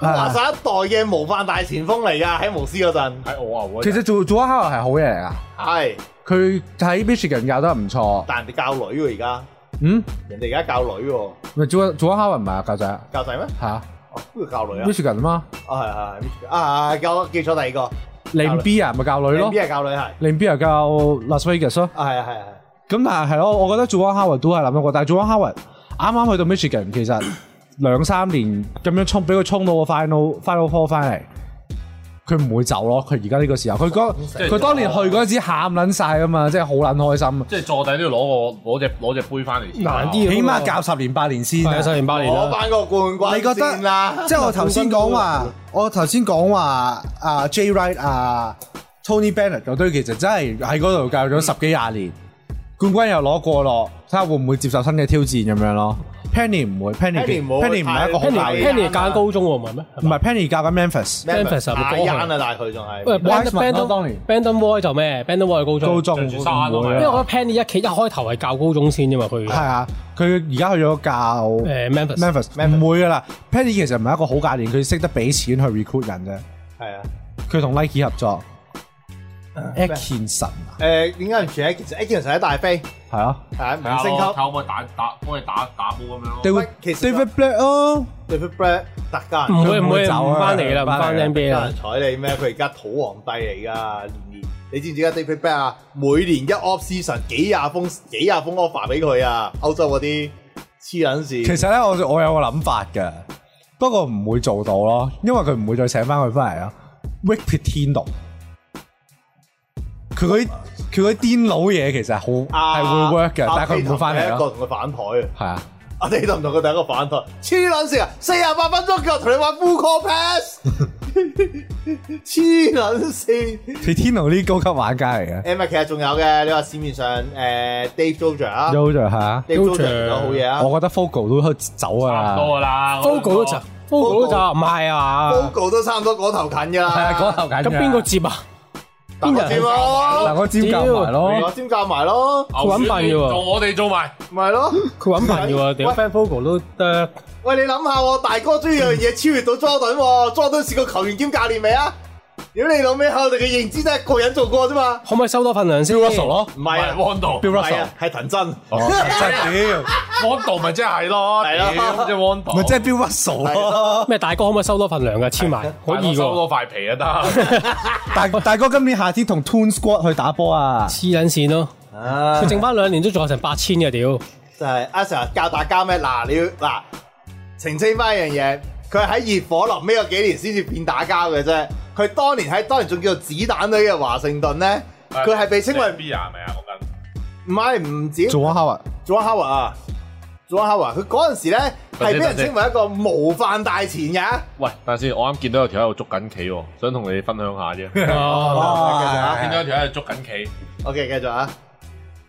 華
係啊
沙一代嘅模範大前鋒嚟㗎，喺無師嗰陣
喺我啊嗰
其
陣，
實做 j o h Howard 係好嘢嚟噶，
係，
佢喺 Michigan 教得唔錯。
但人哋教女喎而家，
嗯，
人哋而家教女喎，
咪 j o j o h Howard 唔係啊教仔啊，
教仔咩？
係啊
哦，邊個教女啊？
Michigan 啊嘛，
啊係係係啊，教記錯第二個，
零 B 啊咪教女咯
B，係教女係，
零 B 又教 Las Vegas 咯。
啊係啊係啊係啊。
咁但係係咯，我覺得 j o a n Howard 都係諗得過，但係 j o a n Howard 啱啱去到 Michigan，其實兩三年咁樣衝，俾佢衝到個 final final four 翻嚟，佢唔會走咯。佢而家呢個時候，佢嗰
係
佢當年去嗰陣時喊撚晒噶嘛，即係好撚開心。
即係坐底都要攞個攞只攞只杯翻嚟。
難啲
起碼教十年八年先啊。
係十年八年
攞
啦，
翻個冠軍
你覺得
先啦？
即係我頭先講話，我頭先講話啊 J Wright 啊 Tony Bennett 嗰堆，其實真係喺嗰度教咗十幾廿年，冠軍又攞過咯，睇下會唔會接受新嘅挑戰咁樣咯。Penny 唔會
Penny
，Penny
唔會
唔係一個好
Penny
大
太
嘅，
Penny 教高中喎，唔係咩？
唔係 Penny 教緊 Memphis
Memphis 係咪
太
高
啱
啊
啦，但係佢仲
喂
係
Wiseman 咯
Brandon-
當年
Brandon Roy 就咩？Brandon Roy 高中
高，中
着住衫啊
唔會
因為
啊
我覺得 Penny 一企一開頭係教高中先啫嘛，佢
係啊，佢而家去咗教
誒 Memphis
Memphis，唔會噶啦。Penny 其實唔係一個好教練，佢識得俾錢去 recruit 人啫。
係啊。
佢同 Nike 合作 a t k i n s o n
誒點解唔全 A 其實 A 其實喺大飛
係啊
係
睇
明
下
星級
咯睇下可唔可以打打幫你打打波咁樣咯。
，David
其實
David Black 咯。
David Brad 特加
唔
人
會
佢
唔
唔
會
會走
唔
啊
翻嚟啦，唔
唔
翻
返嚟啦
NBA
有
啦
人。睬你咩？佢而家土皇帝嚟㗎，年年你知唔知而家 David Brad 啊？每年一 off season 幾廿封幾廿封 offer 俾佢啊！歐洲嗰啲黐撚
其
線，
實咧，我我有個諗法嘅，不過唔會做到咯，因為佢唔會再請翻佢翻嚟啦。Rick Pitino，佢嗰啲佢嗰啲癲佬嘢其實好
啊
係會 work 嘅，
阿
但係佢唔會翻嚟
Tatum 第一
咯。
個同佢反台啊！
係啊，
阿 t a 同佢第一個反台，黐撚線啊！四廿八分鐘佢又同你玩 full call pass，黐撚線。
Pitino 呢啲高級玩家嚟嘅，
誒咪其實仲有嘅，你話市面上誒、呃 Dave Joger 啊
有就係啊。
，Dave
Joger
Joger 有好嘢啊
我覺得 Fogle 都可以走㗎
差唔
啦，
多啦
Fogo 都就 Fogo 都就唔係啊，
，Bogo 都差唔多嗰頭近㗎啦，
係啊，嗰頭緊
咁
㗎
邊個接啊？
邊人尖
嗱
咯，
我尖教埋
我
咯，
尖教埋咯，
牛丸
佢揾笨嘅喎
做我哋做埋，
咪咯。
佢揾朋友啊，屌
喂
Fan Fogo 都得。
喂，你諗下喎，大哥中意樣嘢超越到 Jordan 喎，Jordan 試過球員兼教練未啊？屌你老尾，喺我哋嘅認知得一個人做過啫嘛，
可唔可以收多份糧先
Bill Russell 咯，
唔係啊，
温度
Bill
唔
Russell
係啊，係藤真，
哦真屌，
温度咪即係咯，
係咯
屌即係温度，
咪即係 Bill Russell 咯。
咩大哥可唔可以收多份糧噶？簽埋可以
收
喎，
多塊皮啊得。
大大哥今年夏天同 Toon Squad 去打波啊！
黐撚線咯。
啊
佢剩翻兩年都仲有成八千嘅屌，
就係阿 Sir 教大家咩？嗱，你要嗱澄清翻一樣嘢，佢係喺熱火臨尾嗰幾年先至變打交嘅啫。佢當年喺當年仲叫做子彈隊嘅華盛頓咧，佢係被稱為
B 啊，係咪啊？講
唔
緊
係唔止
做咗 Howard。
John Howard 啊，John Howard，佢嗰陣時咧係俾人稱為一個模範大前嘅。
喂，等陣先，我啱見到有條喺度捉緊棋喎，想同你分享下啫。
哦，
哦
見到有條喺度捉緊棋，
OK，繼續啊。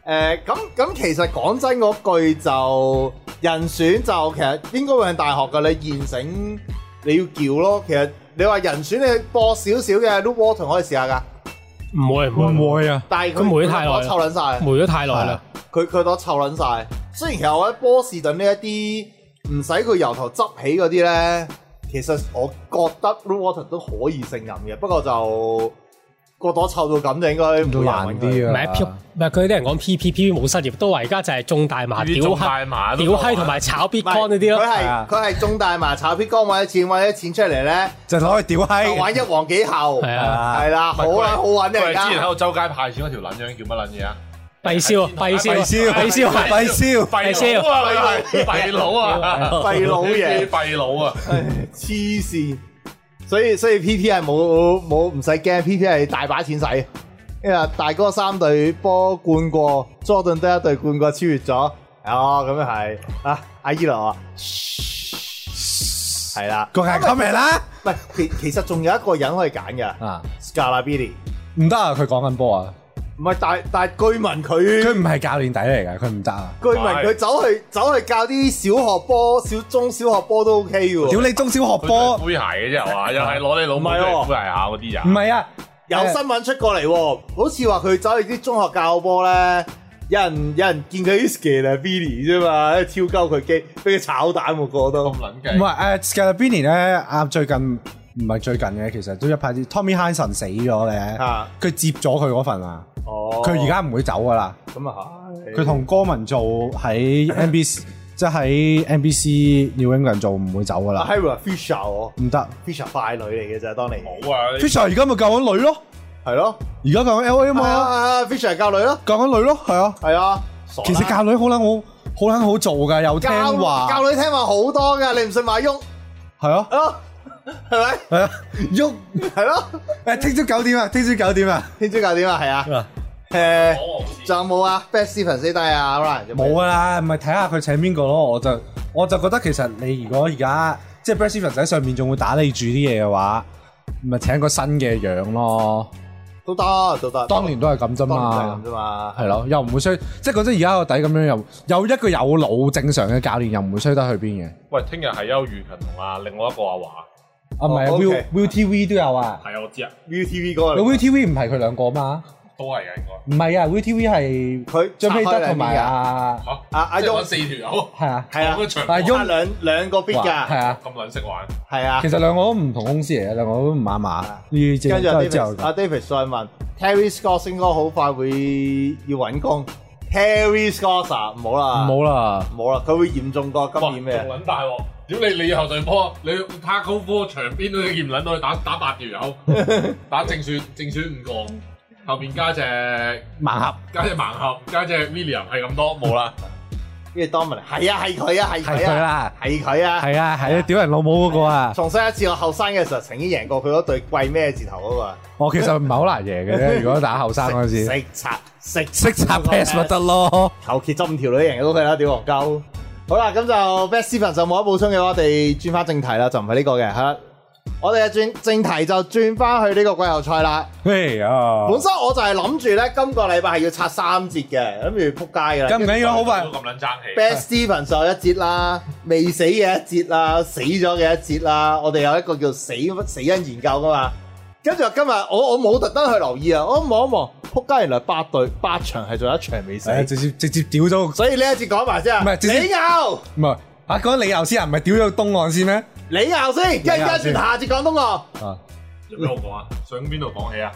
誒、咁咁其實講真嗰句就人選就其實應該會係大學㗎，你現成你要叫咯。其實你話人選你播少少嘅 Loop Water 可以試下㗎，
唔會
會
唔
唔會啊？
但係
佢
佢
霉得太耐啦
攞臭撚晒
會，，霉咗太耐啦。
佢佢攞臭撚晒。雖然其實我覺得波士頓呢一啲唔使佢由頭執起嗰啲咧，其實我覺得 Blue Water 都可以勝任嘅，不過就個朵臭到咁就應該唔會有人
難
揾佢
啲
唔
啊。
係 P，唔係佢啲人講 P P P 冇失業，都話而家就係種大麻、
呢啲
啊屌
種
閪
大、麻都啊
屌閪
夠
同埋炒
唔係
Bitcoin 呢啲
佢
咯。
係
係
啊
佢係種大麻炒 b i t 揾啲錢，揾啲錢出嚟咧，
就攞去屌
就玩
閪。
一黃幾後，
啊
係
係
啊，
啊
係啦，好啦，好揾嘅
佢
而
係之前喺
家。
度周街派錢嗰條撚樣叫乜撚 嘢啊？
閉銷啊，閉
閉
銷啊，
燒，
閉銷啊，
閉燒，
廢佬啊！你係廢佬啊！
廢 老嘢，
廢佬啊！
黐線，所以所以 P P 係冇冇唔使驚，P P 係大把錢使，因為大哥三隊波冠過，佐頓得一隊冠過超越咗，哦咁又係啊，阿伊樂啊，係啦，
個係 comment 啦。
唔係其其實仲有一個人可以揀嘅
啊，
，Scalabini，
唔得啊！佢講緊波啊，
唔係但但係據聞佢
佢唔係教練底嚟㗎，佢唔得啊！
據聞佢走去走去教啲小學波、小中小學波都 OK 嘅
屌
喎，
你中小學
佢
波
係灰鞋嘅啫，係嘛？又係攞你老母
唔係
嚟
喎
灰鞋下嗰啲人。
唔係啊，
有新聞出過嚟喎，好似話佢走去啲中學教波咧，有人有人見佢 s k i l b i l y 啫嘛，喺度挑鳩佢機，俾佢炒蛋喎個都
咁，撚
唔
勁。
係誒 Scalabrini 咧啊，最近唔係最近嘅，其實都一排啲 Tommy Hanson 死咗嘅，
啊，
佢接咗佢嗰份啊，
哦，
佢而家唔會走㗎啦，
咁啊係，
佢同歌文做喺 NBC，即係喺 NBC New England 做唔會走㗎
阿
啦，
啊 Harry Fisher 喎
唔得。
，Fisher 快女嚟嘅咋，當
哦
年
冇啊！
Fisher 而家咪教緊女咯，
係咯，
而家教緊 LA 啊
係啊
嘛，
係啊，Fisher 教女咯，
教緊女咯，係啊，
係啊，傻啦
其實教女好撚好，好撚好做㗎，又聽
教
話
教，女聽話好多㗎，你唔信買翁
係啊，
啊，係咪？
係啊， 喐。
係咯，
诶，聽朝九點啊，聽朝九點啊，
天主教點啊？係啊，誒，仲有冇啊？Best Stephen 死低啊，好啦，
冇噶啦，咪睇下佢請邊個咯。我就我就覺得其實你如果而家即係 b r a s t e v e n 喺上面仲會打理住啲嘢嘅話，咪請個新嘅樣咯。
都得都得，
當年都係咁啫
當然
嘛
就係咁，啫嘛，
係咯，又唔會衰。即係覺得而家個底咁樣又有一個有腦正常嘅教練，又唔會衰得去邊嘅。
喂，聽日係邱宇勤同啊另外一個阿華。
啊，唔係啊
哦
，Will
OK
Will TV 都有啊。
係啊，我知啊，
ViuTV 嗰個
有
嚟
Will TV 唔係佢兩個嘛？
都係嘅應該。
唔係啊，Will TV 係
佢
張美
拆開
德
兩
同埋
邊㗎
啊，
嚇！
阿阿
即係
翁
揾四條友，
係啊，
係啊
講一場
阿翁
啊兩兩個 bit
係
㗎，
啊。
咁撚識玩。
係啊
其。實兩個都唔同公司嚟嘅，兩個都唔啱碼。呢啲即
跟住阿
係之後
David 阿 David 再問 Terry Scott 應該好快會要揾工，Terry Scott à? 啊唔好啦，
唔好啦。
冇啦，佢會嚴重過今年
哇
咩？
仲撚大喎！屌你！你以後隊波，你 tackle 科場邊都見唔撚到，打打八條 友，打正選正選五個，後面加隻
盲盒
加隻盲俠，加隻 William 係咁多冇啦。
跟住 Dominic 係啊係佢啊係
係
佢
佢
啊
啦，
係佢啊！
係啊係啊，屌人老母嗰個 啊！
重新一次，我後生嘅時候曾經贏過佢嗰隊貴咩字頭嗰個啊，
我其實唔係好難贏嘅啫，如果打後生嗰陣
食
時，
食擦食
識插 pass 咪得咯。
求其針條女贏到佢啦，屌黃鳩！好啦，咁就 Best Stephen 就冇得補充嘅話，我哋轉翻正題啦，就唔係呢個嘅，係啦。我哋嘅轉正題就轉翻去呢個季後賽啦。
哎呀，
本身我就係諗住咧，今個禮拜係要拆三節嘅，諗住撲街嘅啦。
咁唔緊要，好快
都咁撚爭氣。
Best Stephen 就有一節啦，未死嘅一節啦，死咗嘅一節啦。我哋有一個叫死死因研究噶嘛。跟住今日我我冇特登去留意啊，我望一望，撲街原來八隊八場係仲有一場未死，
誒哎直接直接屌咗，唔
所以呢一節講埋先啊。
唔係直接
你牛！
係啊講理由先啊，唔係屌咗東岸先咩？
你拗先，跟住跟住下節講東岸。
啊，
有咩好講啊？想邊度講起啊？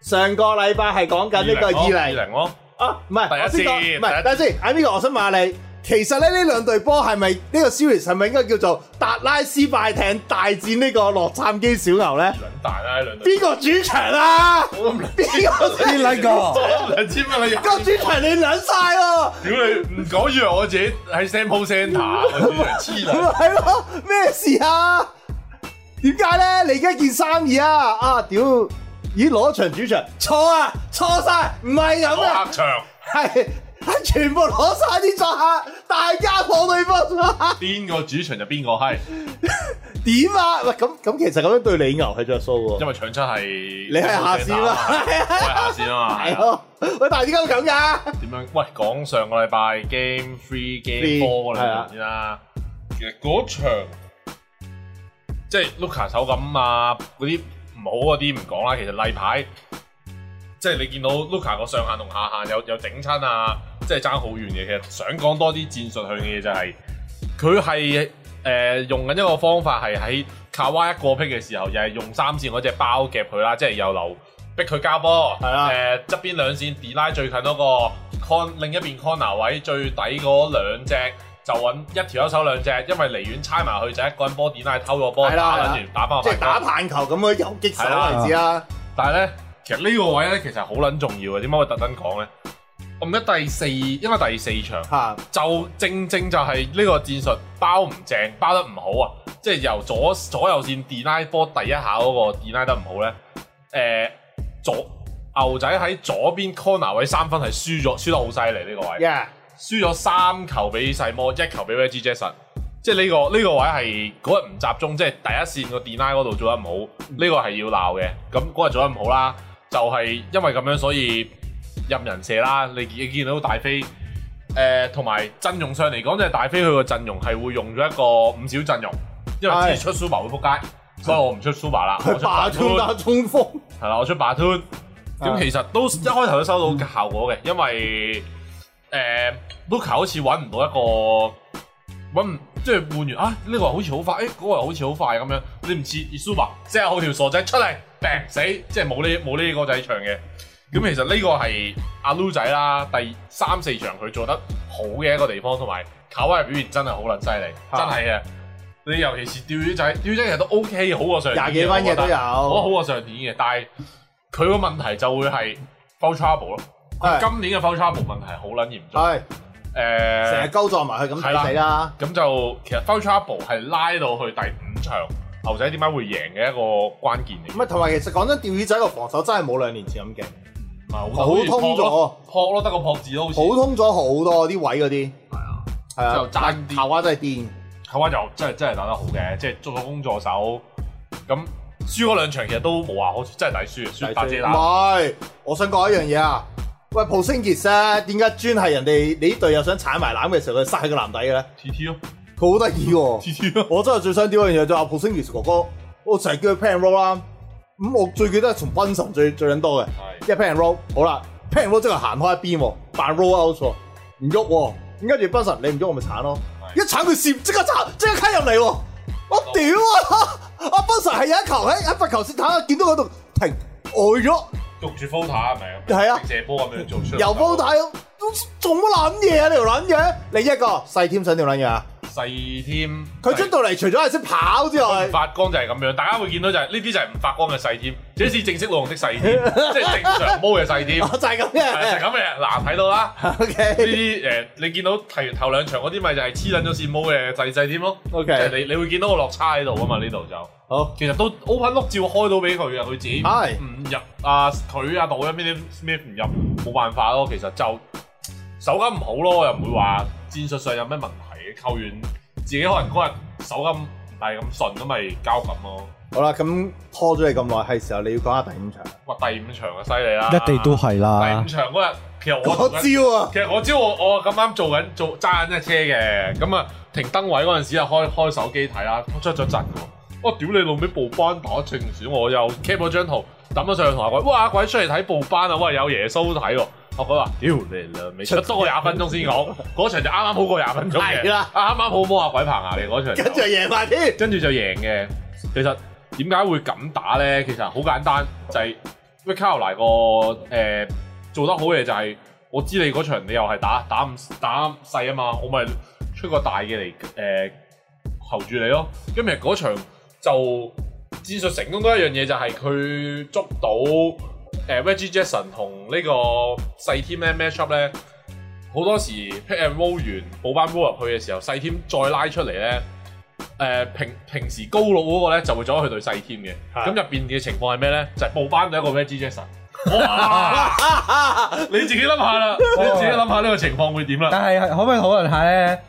上個禮拜係講緊呢個
咯
二零
二零咯，
啊，唔係我
第
先
一節
講，唔係
第
等陣先。喺呢個我想問下你，其實咧呢兩隊波係咪呢個 series 係咪應該叫做達拉斯快艇大戰呢個洛杉磯小牛咧？
兩蛋啦，兩隊。
邊個主場啊？
我都唔撚
邊個
邊撚個？
哦兩千蚊啊你入
個主場你撚晒喎？
屌你唔講以為我自己喺 sample centre，我啊以為
咁
黐撚。
咪係咯，咩事啊？點解咧？你而家件三二啊？啊屌！咦攞場主場錯啊錯晒，唔係咁
講
啊！
客場
係係全部攞晒啲作客，大家放對方
邊個主場就邊個閪，
點啊？喂，咁咁其實咁樣對你牛係着數喎
因，為搶出係
你係下線啦，係
我
啊
係下線啊嘛。
係
係啊
咯。喂，但係點解會咁㗎？
點樣？喂，講上個禮拜 Game Three、
Three，
Game Four
係
嗰
啊
兩場先啦。其實嗰場即係 Luka 手感啊，嗰啲唔好嗰啲唔講啦。其實例牌即係你見到 Luka 個上限同下限有有整親啊，即係爭好遠嘅。其實想講多啲戰術向嘅嘢就係佢係誒用緊一個方法係喺卡哇一個劈嘅時候，又係用三線嗰只包夾佢啦，即係又留逼佢交波。
係啦
誒側邊兩線 D 拉最近嗰個 con，另一邊 corner 位最底嗰兩隻就揾一條一手兩隻，因為離遠猜埋去就一個人波 D 拉偷個波
係啦
打
係啦
撚完打翻
即
個
係
快
打
攻。
棒球咁嘅游擊
係啦
手為止啊啦。
但係咧，其實呢個位咧其實好撚重要嘅，點解我特登講咧？我唔記得第四，應該第四場。
嚇，
就正正就係呢個戰術包唔正，包得唔好啊！即係由左左右線 deny 波第一下嗰個 deny 得唔好咧，誒、左牛仔喺左邊 corner 位三分係輸咗，輸得好犀利呢個位，
yeah，
輸咗三球俾細魔，一球俾 Reggie Jackson。即係呢、個呢、個位係嗰日唔集中，即係第一線個 deny 嗰度做得唔好，
嗯
呢、個係要鬧嘅。咁嗰日做得唔好啦，就係、因為咁樣，所以任人射啦。你你見到大飛誒同埋陣容上嚟講，就係大飛佢個陣容係會用咗一個五小陣容，因為之前出 Super 會撲街，所以我唔出 Super 啦，我
佢
出
霸
Batum
中打中鋒。
係啦，我出霸吞，
啊
咁其實都一開頭都收到效果嘅，因為誒 Luka 好似揾唔到一個揾唔即係換完啊呢、個人好似好快，誒、嗰個人好似好快咁樣，你唔似 Isuma 即係好條傻仔出嚟，掟死，即係冇呢冇呢個仔唱嘅。咁其實呢個係阿 Lu 仔啦，第三四場佢做得好嘅一個地方，同埋卡威嘅表現真係好撚犀利，
啊
真係嘅。你尤其是釣魚仔，釣魚仔其實都 OK，好過上年
廿幾蚊嘅都有
哦我覺得好過上年嘅，但係佢個問題就會係 foul trouble 咯。
係
今年嘅 foul trouble 問題好撚嚴重。
係，成日
誒，
鳩撞埋佢咁抵死啦。
咁就其實 foul trouble 係拉到去第五場，牛仔點解會贏嘅一個關鍵嚟
唔。係，啊同埋其實講真，釣魚仔個防守真係冇兩年前咁勁，
唔係好
普通咗，
撲咯，得個撲字咯，好似
普通咗好多啲位嗰啲。係啊，係
就
啊，
爭啲
夏娃真係癲。
後尾就真係真係打得好嘅，即係做咗工助手。咁輸嗰兩場其實都冇話好，真係抵輸，輸八姐
唔
打。
係，我想講一樣嘢啊！喂，普星傑咧，點解專係人哋你啲隊友想踩埋攬嘅時候，佢塞喺個籃底嘅咧？
T T 咯
佢好得意喎！
，T T 咯，
我真係最想屌一樣嘢就係阿普星傑哥哥，我成日叫佢 plan roll 啦。咁我最記得係從賓神最最撚多嘅，
係
一 plan roll 好啦，plan roll 即係行開一邊喎，扮 roll out 喎，唔喐喎。咁跟住賓神你唔喐我咪鏟咯，一
係
鏟佢攝即刻鏟，即刻卡入嚟喎。我屌啊！阿賓神係有一球喺喺罰球線睇，見到嗰度停呆咗。
焗住 f o l t a 係咪咁樣？
係啊
射波咁樣做出嚟。
由煲睇都做乜撚嘢啊？條撚嘢，你一個細添想條撚嘢啊？
細添，
佢出到嚟除咗係識跑之外
唔，發光就係咁樣，大家會見到就係呢啲就係唔發光嘅細添，這是正式路用的細添，即係正常毛嘅 細添，
我就係咁
係就係
嘅。
咁嘅。嗱，睇到啦，
O
呢
K
啲誒，你見到提完頭兩場嗰啲咪就係黐撚咗線毛嘅細細添咯，
O
即係
K，
你你會見到個落差喺度啊嘛，呢度就。
好
其實都 open look 照開到俾佢嘅，佢自己
係
唔入啊，佢啊杜啊咩咩唔入，冇辦法咯。其實就手感唔好咯，又唔會話戰術上有咩問題嘅。球員自己可能嗰日手感唔係咁順，咁咪交咁咯。
好啦，咁拖咗你咁耐，係時候你要講下第五場。
哇！第五場啊，犀利啦！
一定都係
第
啦
五。場嗰日，其實
嗰
我
招啊，
其實我知我我咁啱做緊做揸緊隻車嘅，咁啊停燈位嗰陣時啊開開手機睇啦，出咗陣喎。我屌你老味報班打正選，我又 cap 咗張圖抌咗上去同阿鬼，哇鬼出嚟睇報班啊！喂有耶穌睇喎。我鬼話：屌你啦，未出多過廿分鐘先講，嗰場就啱啱好過廿分鐘嘅，
係啦
啱啱好摸下鬼棚牙你嗰場就。
跟住贏埋添。
跟住就贏嘅。其實點解會咁打呢？其實好簡單，就係 r i c a r 嚟個誒做得好嘅就係、我知你嗰場你又係打打唔打唔細啊嘛，我咪出個大嘅嚟誒候住你咯。今日嗰場就戰術成功多一樣嘢，就係佢捉到誒、Reggie Jackson 同呢個細 team 咧 match up 咧。好多時 pick and roll 完補班 roll 入去嘅時候，細 team 再拉出嚟咧，誒、呃平平時高佬嗰個咧就會走去對細 team 嘅，
係
咁入邊嘅情況係咩咧？就係、報班咗一個 Reggie Jackson。哇！你自己諗下啦，你自己諗下呢個情況會點啦。
但係可唔可以討論下咧？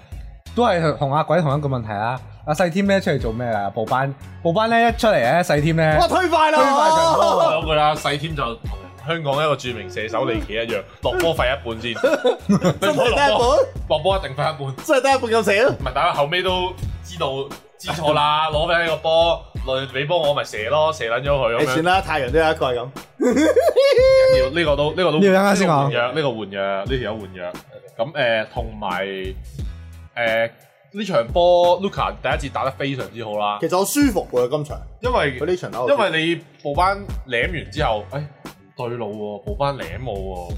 都係同阿鬼同一個問題啊！阿細添咧出嚟做咩啊？報班報班咧一出嚟咧，細添咧
我推快
推快場波
啦！
講句啦，細 team 就同香港一個著名射手李奇一樣，落波費一 半先，
真
你唔好
係得一
落波，
半，
落波一定費一半。
真係得一半咁死咯。
唔係，但係後尾都知道知錯啦，攞俾你個波，落你波我咪射咯，射撚咗佢咁
你
樣
算。啦，太陽都有一個係咁。
要呢個都呢個都
呢個啱啱先講
呃呢個換藥，呢個換藥，呢條友換藥。咁誒，同埋誒呃呢場波 Luca 第一節打得非常之好啦，
其實我舒服喎，今場
因為
佢呢場打我
因為你部班舐完之後，誒、哎、對路喎、部班舐我喎，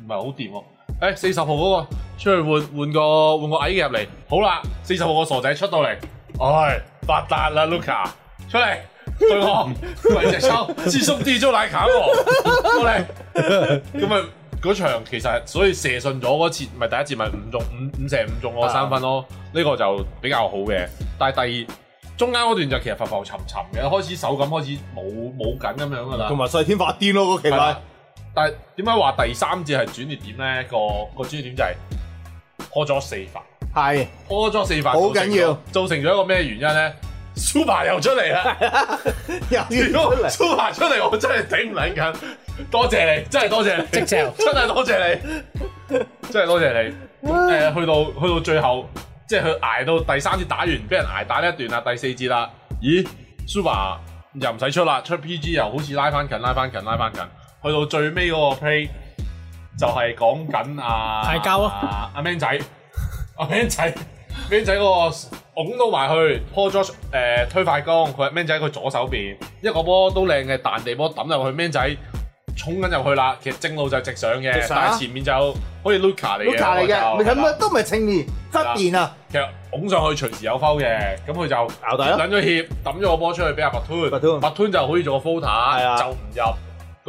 唔係好掂喎。誒四十號嗰、個出去換換個換個矮嘅入嚟，好啦，四十號個傻仔出到嚟，唉發達啦 Luca 出嚟。對我咪隻抽，是兄弟就嚟砍我， 過嚟咁咪嗰場其實所以射信咗嗰次，咪第一次咪五中五五射五中我三分咯，呢、個就比較好嘅。但係第二中間嗰段就其實浮浮沉沉嘅，開始手感開始冇冇緊咁樣噶啦
同。埋細天發癲咯，嗰期
係啦
咪。
但係點解話第三節係轉捩點咧？個個轉捩點就係破咗四罰，
係
破咗四罰
好緊要
造成咗，造成咗一個咩原因咧？Super 又出嚟啦！
又
如
要
果
出嚟，
蘇華出嚟，我真係頂唔撚緊，多謝你，真係多謝你，
即謝
真係多謝你，真係多謝你。誒、去到去到最後，即係佢捱到第三節打完，俾人捱打呢一段啦，第四節啦，咦，蘇華又唔使出啦，出 PG 又好似拉翻近，拉翻近，拉翻近，去到最尾嗰個 play 就係講緊啊，
派膠咯
啊，阿 Man 仔，阿 Man 仔。Man 仔嗰個拱到埋去 p o j o s 誒推快攻，佢 Man 仔佢左手邊一個波都靚嘅彈地波抌入去，Man 仔衝緊入去啦。其實正路就係直上嘅
直，上啊
但係前面就好似 Luca 嚟嘅
碌卡嚟嘅，
嗰個
你
就
係咪都唔係情義側面啊？
其實拱上去隨時有 foul 嘅，咁佢就
咬底咯
撚咗協，抌咗個波出去俾阿麥
麥
吞，
吞
麥吞就好似做個 f o l t
啊
e 就唔入，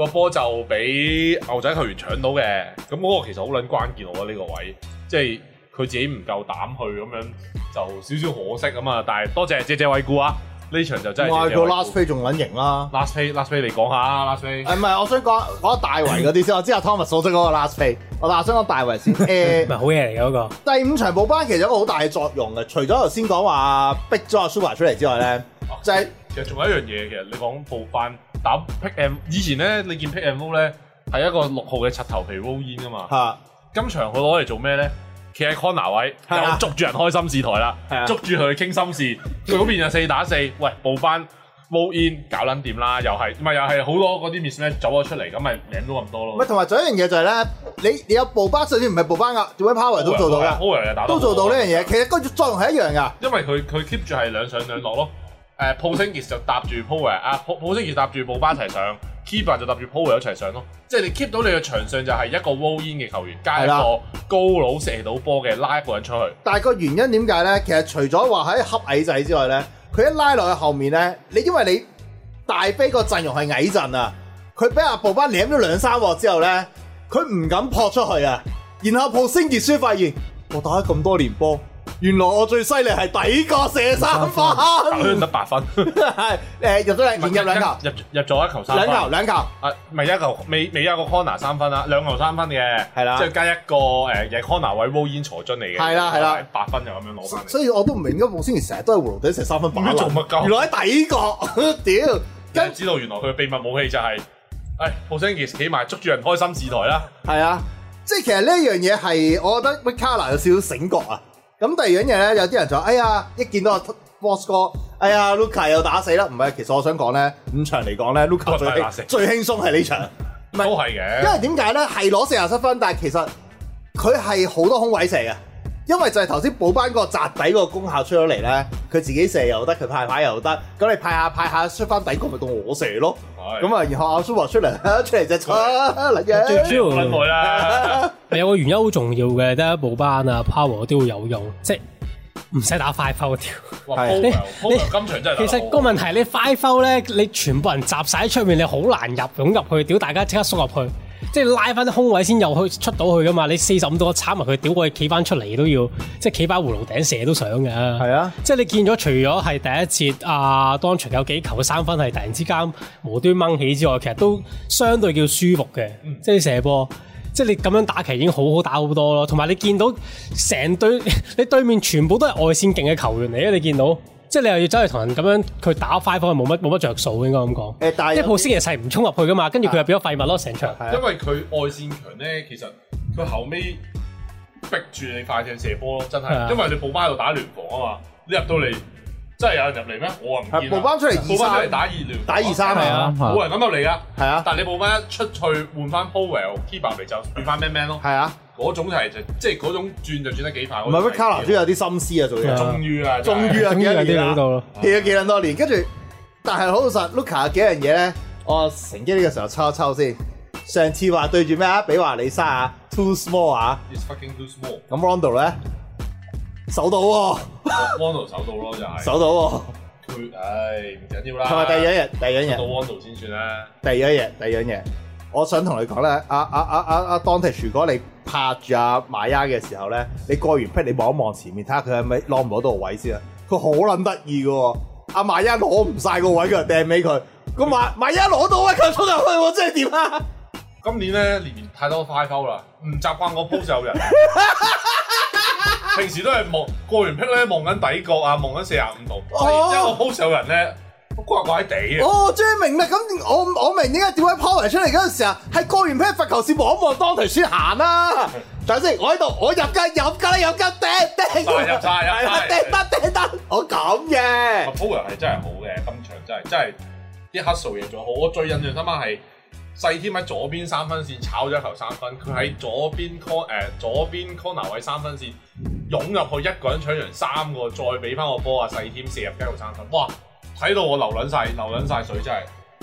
個波就俾牛仔球員搶到嘅。咁嗰個其實好撚關鍵，我覺得呢個位，即係佢自己唔夠膽去咁樣，就少少可惜咁啊。但係多謝謝謝惠顧啊，呢場就真係
哇！
謝謝
個
惠
last
顧。
play 仲撚型啦。
last play last play 你講下啊，last play
誒唔係，我想講講大圍嗰啲先。我知阿 Thomas 所識嗰個 last play，我但係想講大圍先。誒、
唔係好嘢嚟嘅嗰個，
第五場補班其實有一個好大嘅作用嘅，除咗頭先講話逼咗阿 Super 出嚟之外咧，就係、
其實仲有一樣嘢，其實你講報班打 pick and 以前咧，你見 pick and roll 咧係一個六號嘅柒頭皮 roll in 噶嘛。
嚇
今場佢攞嚟做咩咧？企喺 corner 位，
係啊
又捉住人開心事台啦
係啊，
捉住佢傾心事。佢嗰邊就四打四，喂，報班 m in 搞撚掂啦，又係唔係又係好多嗰啲 miss 咧走咗出嚟，咁咪舐到咁多
唔係
咯。
同埋仲有一樣嘢就係咧，你你有補班，就算唔係補班噶，做 power 都做到
嘅
噶，都做到呢樣嘢。其實個作用係一樣噶，
因為佢佢 keep 住係兩上兩落咯。
嗯
誒 p o s i n g i s 就搭住 Power，啊 p o s i n g i s 搭住布巴一齊上，Keeper 就搭住 Power 一齊上咯。即係你 keep 到你嘅場上就係一個 w o l in 嘅球員加
係
一
啦
個高佬射到波嘅拉一個人出 去，
但係個原因點解咧？其實除咗話喺恰矮仔之外咧，佢一拉落去後面咧，你因為你大飛個陣容係矮陣啊，佢俾阿布班舐咗兩三鑊之後咧，佢唔敢撲出去啊。然後布星傑書發現，我打咗咁多年波，原來我最犀利係抵過射三分，
打得 八分，
係誒入咗兩嗯連入兩球，
入入咗一球三分，
兩球兩球，
啊，咪一球未未有一個 corner 三分啦，兩球三分嘅，
係啦
即係加一個誒嘅 corner 位 w o l in 坐樽嚟嘅，
係啦係啦，
八分就咁樣攞翻嚟。
所以我都唔明點解布星傑成日都係葫蘆底射三分把
咁
撚
做乜鳩
原來喺底角，屌
跟
跟
知道原來佢嘅秘密武器就係、誒 p o s i n g i s 企埋捉住人開心視台啦。
係啊，即係其實呢一樣嘢係，我覺得 v i c a r a 有少少醒覺啊。咁第二樣嘢咧，有啲人就話哎呀，一見到阿 Boss 哥，哎呀，Luca 又打死啦。唔係，其實我想講咧，五場嚟講咧，Luca 最
打死
輕最輕鬆係呢場，
都係嘅，
因為點解咧？係攞四十七分，但係其實佢係好多空位射嘅。因為就係頭先補班個擲底個功效出咗嚟咧，佢自己射又得，佢派牌又得，咁你派下派下出翻底角咪到我射咯。
係
咁啊，然後阿 Super 出嚟啊出嚟就出嚟
最
嘅，
主要
分耐 啦，
係有個原因好重要嘅，得一部班啊 power 都會有用，即係唔使打快炮條。
哇啊
係
p
你
o
你
今場真係啊
其實個問題，你快 foul 咧，你全部人集晒喺出面，你好難入湧入去，屌大家即刻縮入去，即係拉翻啲空位先入去出到去噶嘛。你四十五度我插埋佢，屌我哋企翻出嚟都要，即係企翻葫蘆頂射都想嘅。係
係啊，
即係你見咗除咗係第一節啊，當場有幾球三分係突然之間無端掹起之外，其實都相對叫舒服嘅，即係射波。即係你咁樣打其實已經好好打好多咯，同埋你見到成隊 你對面全部都係外線勁嘅球員嚟嘅，你見到，即係你又要走去同人咁樣佢打 five 方冇乜冇乜着數應該咁講。
誒但係
因為
有
普斯其實係唔衝入去噶嘛，跟住佢又變咗廢物咯成場。
係啊
因為佢外線強咧，其實佢後尾逼住你快艇射波咯，真
係啊
係，因為你布巴喺度打聯防啊嘛，你入到嚟真係有人入嚟咩？我啊唔
係
見
布巴出嚟二
布巴出
三
嚟打二聯，
打二三
係啊
冇人咁入嚟噶。
係啊
但係你布巴一出去換翻 Powell、Keeper 嚟就變翻 Man Man 咯，
係啊。
嗰種係就即係嗰種轉就轉得幾快。
唔係 r i c a r 都有啲心思啊，做嘢
係啊
終於啦，真係
終於啊，
終
幾
於
多
有啲
年
料
啦
到，咯。
企咗幾撚多年，跟住但係好老實，Luca 有幾樣嘢咧，我乘機呢個時候抽一抽先。上次話對住咩啊？比華利沙啊，Too Small 啊，
，is fucking too small，
咁 Rondo 咧守到喎，
彎度手到咯就係。
守到喎，
佢唉哎唔緊要啦。
同埋第二樣嘢，第二樣嘢
到。彎度先算啦。
第二樣嘢，第二樣嘢，我想同你講咧，阿阿阿阿阿 Dante，如果你拍住阿瑪雅嘅時候咧，你過完 p 你望一望前面，睇下佢係咪攞唔攞到個位先啊！佢好撚得意嘅喎，阿瑪雅攞唔晒個位，佢就掟俾佢。個馬瑪雅攞到位，佢衝入去喎，即係點啊？
今年咧年年太多 five out 啦，唔習慣我 post 有人。平時都係望過完 pick 咧，望緊底角啊，望緊四廿五度。
哦
突然之間我 post 有人咧，都怪怪地啊嘅。
哦，終於明啦！咁我我明點解點解 p o 出嚟嗰陣時啊，係過完 p 罰球線望一望 Dante 先行啦。等先，我喺度，我入㗎，入㗎啦，入㗎，掟掟，
入晒入晒入晒
掟得掟得，我咁嘅。
p o w e r 係真係好嘅，今場真係真係啲黑數嘢做得好。我最印象深刻係細添喺左邊三分線炒咗一球三分，佢喺左邊 con 誒、左邊 corner 位三分線湧入去一個人搶完三個，再俾翻個波啊細添射入一球三分，哇！睇到我流撚晒，流撚晒水真係，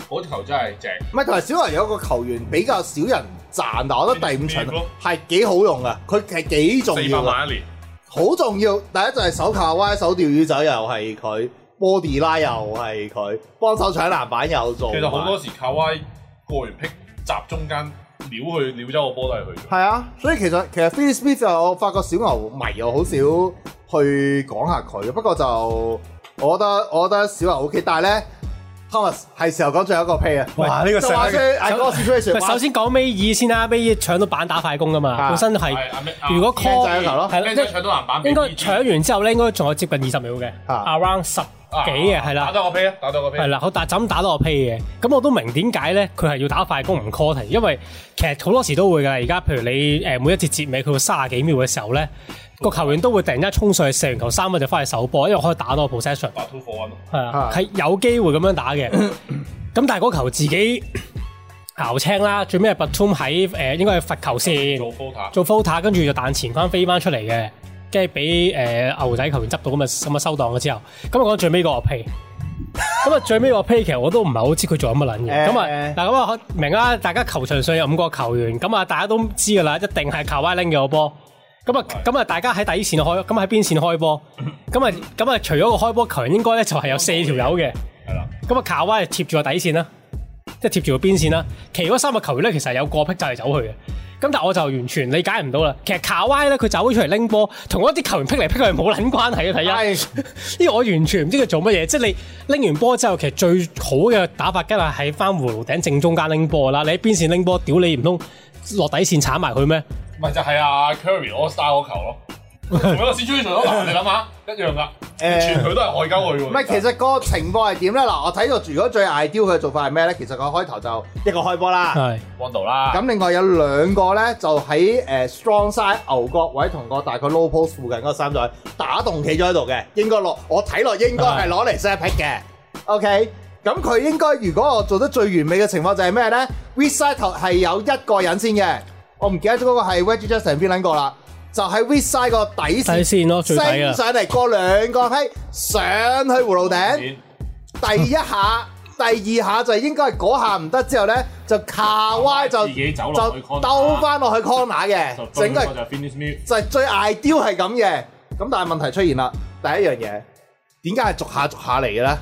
嗰球真係正。
唔係，同埋小牛有一個球員比較少人賺，但我覺得第五場係幾好用噶，佢係幾重
四
要
百
㗎，
萬一年，
好重要。第一就係手球歪，手釣魚仔又係佢，body 拉又係佢，幫手搶籃板又做。
其實好多時靠威過完劈集中間撩佢撩咗個波都係佢做。
係啊，所以其實其實 Phil Smith 就我發覺小牛迷又好少去講下佢，不過就我覺得我覺得小牛 OK，但係咧 Thomas 係時候講最後一個 play 啊。
哇！呢個
就話說
世界
係嗰個 situation，
喂
哇
首先講尾二先啦，尾二搶到板打快攻噶嘛，
啊
本身係
係阿咩？啊
如果
靚仔
call
一球咯
係啦，
靚
即
仔
係
搶到籃板俾
應該
BG
搶完之後咧，應該仲有接近二十秒嘅
啊
，around 十幾嘅係
打
啦。
多個飛啊，打多個飛。
係啦，好，但係就咁打到我屁嘅，咁我都明點解咧，佢係要打快攻唔 call 題，因為其實好多時都會㗎。而家譬如你誒每一節節尾佢到卅幾秒嘅時候咧，個球員都會突然間衝上去射完球三分就翻去守波，因為可以打多個 possession。
打 two for one 咯。
係啊
啊，
係有機會咁樣打嘅。咁但係嗰球自己熬青啦，最尾係 Batum 喺誒應該係罰球線
做 quota，
做 f o t a 跟住就彈前框飛翻出嚟嘅，跟住俾誒牛仔球員執到咁啊咁啊收檔嘅之後，咁我講最尾嗰個屁。咁啊，最尾個 play 其實我都唔係好知佢做緊乜撚嘢。
誒
咁啊，嗱咁啊，明啦，大家球場上有五個球員，咁啊，大家都知㗎啦，一定係球威拎嘅個波。咁啊，咁啊，大家喺底線開，咁喺邊線開波，咁啊，咁啊，除咗個開波球員，應該咧就係有四條友嘅。
係啦。
咁啊，卡哇係貼住個底線啦，即係貼住個邊線啦。其餘嗰三個球員咧，其實係有個劈走嚟走去嘅。咁但係我就完全理解唔到啦。其實卡哇咧，佢走咗出嚟拎波，同嗰啲球員劈嚟劈去係冇撚關係嘅。第
係
一，呢個我完全唔知佢做乜嘢。即係你拎完波之後，其實最好嘅打法梗係喺翻葫蘆頂正中間拎波啦。你喺邊線拎波，屌你唔通落底線鏟埋佢咩？
咪就係啊 Curry All Star 嗰球 咯，同一個 situation 咯。嗱，你諗下一樣噶，
誒
全佢都係害鳩佢喎。
唔係，其實個情況係點咧？嗱，我睇到如果最 ideal 佢嘅做法係咩咧？其實佢開頭就一個開波啦，
係
彎度啦，
咁另外有兩個咧就喺誒 strong side 牛角位同個大概 low post 附近嗰三隊打洞企咗喺度嘅，應該落我睇落應該係攞嚟 set pick 嘅。OK，咁佢應該如果我做得最完美嘅情況就係咩咧？weak side 頭係有一個人先嘅，我唔記得咗嗰個係 Reggie Jackson 邊撚個啦，就喺 weak side 個底
底
線
線咯，最底
升
啊！
上嚟過兩個梯上去葫蘆頂。
嗯
然
第一下、第二下就應該係嗰下唔得之後咧，就卡歪就
自己走落去 corner
就
啊
兜翻落去 corner 嘅，
就
整
整
個
個就 finish me。
就係最 ideal 係咁嘅。咁但係問題出現啦，第一樣嘢點解係逐下逐下嚟嘅咧？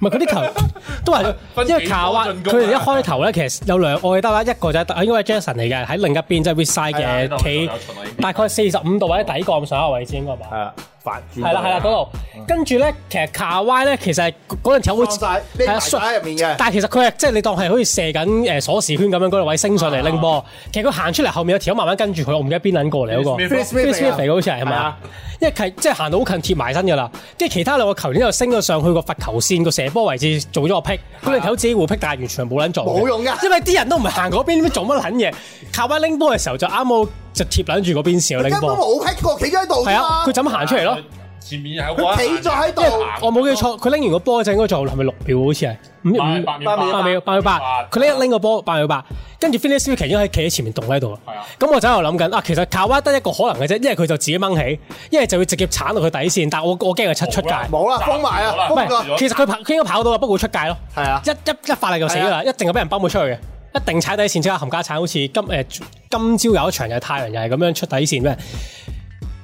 唔係佢 啲球都係，
分
因為
幾
卡
波
哇
進
佢
攻啊
哋一開頭咧，其實有兩，我記得啦，一個就係應該係 Jason 嚟嘅，喺另一邊即係 w e s
係
t
啊
side
喺
嘅
度啊
企
仲有循環
大概四十五度或者底降上下位置應該係嘛？
係啦，反轉
係啦
啊
係啦，嗰度跟住咧，其實卡哇咧，其實係嗰陣時有會
放晒匿
啊
埋晒喺入面嘅。
但係其實佢係即係你當係好似射緊誒鎖匙圈咁樣嗰個位升
啊
上嚟拎波，其實佢行出嚟後面有條友慢慢跟住佢，我唔記得邊撚過嚟嗰個
Finney-Smith
咯
Finney-Smith 嚟嘅好似係係咪
啊係
啊
啊？
因為係即係行到好近貼埋身㗎啦，跟住其他兩個球員又升咗上去個罰球線個射波位置做咗個劈，咁你睇到自己互劈，但係完全冇撚做，
啊冇用㗎
因為啲人都唔係行嗰邊，做乜撚嘢？靠位拎波嘅時候就啱好就貼撚住嗰邊線去
根
拎
本
波，
冇劈過，企咗喺度
係
㗎
啊，
嘛
佢就咁行出嚟咯，
前面有個人
佢企咗喺度，
我冇記錯，佢拎完個波就應該仲係咪六秒？好似係五
八
五
八秒
八
八
八秒八秒八，佢拎一拎個波八秒八，跟住 Finish Vicky 已經喺企喺前面棟喺度啦。
係啊，
咁我就喺度諗緊啊，其實卡哇得一個可能嘅啫，一係佢就自己掹起，一係就會直接鏟到佢底線。但我我驚佢出出界，
冇啦，封埋啊啦，
唔
封
冇
個
啦
係，其實佢跑佢應該跑到啦，不過會出界咯。
係啊，
一一一發力就死㗎啦，一定係俾人崩咗出去嘅，一定踩底線即刻冚家鏟，好似今誒、今朝有一場就係太陽又係咁樣出底線咩？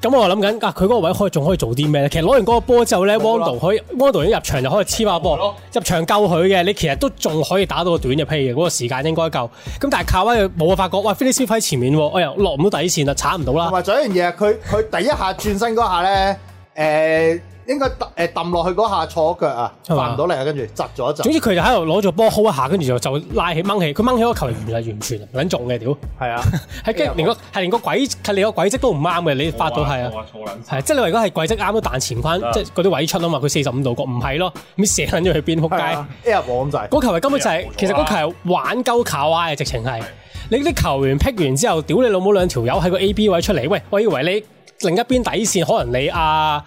咁我諗緊啊，佢嗰個位可以仲可以做啲咩咧？其實攞完嗰個波之後咧
冇啦
，Wando 可以 Wando 已經入場就可以黐把
係咯
波，入場救佢嘅，你其實都仲可以打到個短嘅 P 嘅，嗰、個時間應該夠。咁但係卡威冇啊，發覺喂 f i n i s h 喺前面喎，我又落唔到底線啦，鏟唔到
同
啦，
埋仲有一樣嘢，佢佢第一下轉身嗰下咧，誒應該揼誒揼落去嗰下錯咗腳啊，
係嘛
犯唔到嚟啊，跟住窒咗一窒
總。之佢就喺度攞住波 hold 一下，跟住就就拉起掹起，佢掹起個球完就完全唔撚中嘅屌！
係啊，
係跟連個係連個軌係連個軌跡都唔啱嘅，你發到係啊，
啊，錯撚
係即係你話如果係軌跡啱都彈前框，
啊
即係嗰啲位出啊嘛，佢四十五度角唔係咯，咁射撚咗去邊撲
係
街
啊？，air 波咁滯。
嗰球係根本就係
冇錯啦
其實嗰球係玩鳩卡哇嘅，直情係你啲球員劈完之後，屌你老母兩條友喺個 A B 位出嚟，喂，我以為你另一邊底線可能你阿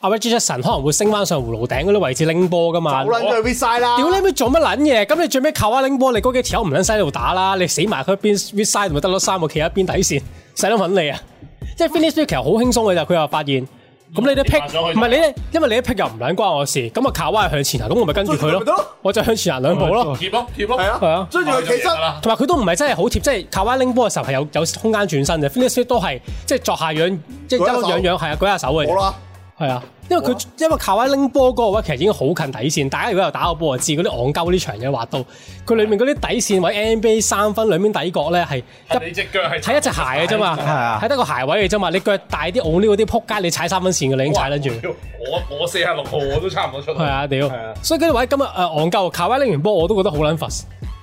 阿 Reggie Jackson 可能會升翻上葫蘆頂嗰啲位置拎波噶
好。
嘛
撚咗去 V 晒啦！
屌你咪做乜撚嘢？咁你最尾靠下拎波，你嗰幾條友唔撚使喺度打啦，你死埋佢一邊 w i side 咪得咯，三個企喺一邊底線，使撚揾你啊！即係 finish 呢其實好輕鬆嘅咋，佢又發現。咁你啲
跌埋上
pick
去
唔係你呢，因為你啲 pick 又唔撚關我事，咁啊卡哇係向前行，咁我咪跟住佢
咪得咯
咯，我就向前行兩步咯，
貼咯貼咯，
係
係啊
啊，追住佢起身，
啦，
同埋佢都唔係真係好貼，即係卡哇拎波嘅時候係有有空間轉身嘅 finish 呢都係即係作下樣，即係
舉下
一
手
樣樣係啊舉下手嘅啫
冇。啦，
係啊，因為佢因為卡哇拎波嗰個位其實已經好近底線，大家如果有打過波就知嗰啲戇鳩呢場嘢滑到，佢裏面嗰啲底線位 NBA 三分裏面底角咧係
係
一
你只腳係
睇一隻鞋嘅啫嘛，
係啊
睇得個鞋位嘅啫嘛，你腳大啲奧呢嗰啲撲街，你踩三分線嘅你已經踩得住。
我我四廿六號我都差唔多出。
係，啊，屌
啊！
所以嗰啲位今日誒呃戇鳩，卡哇拎完波我都覺得好撚佛，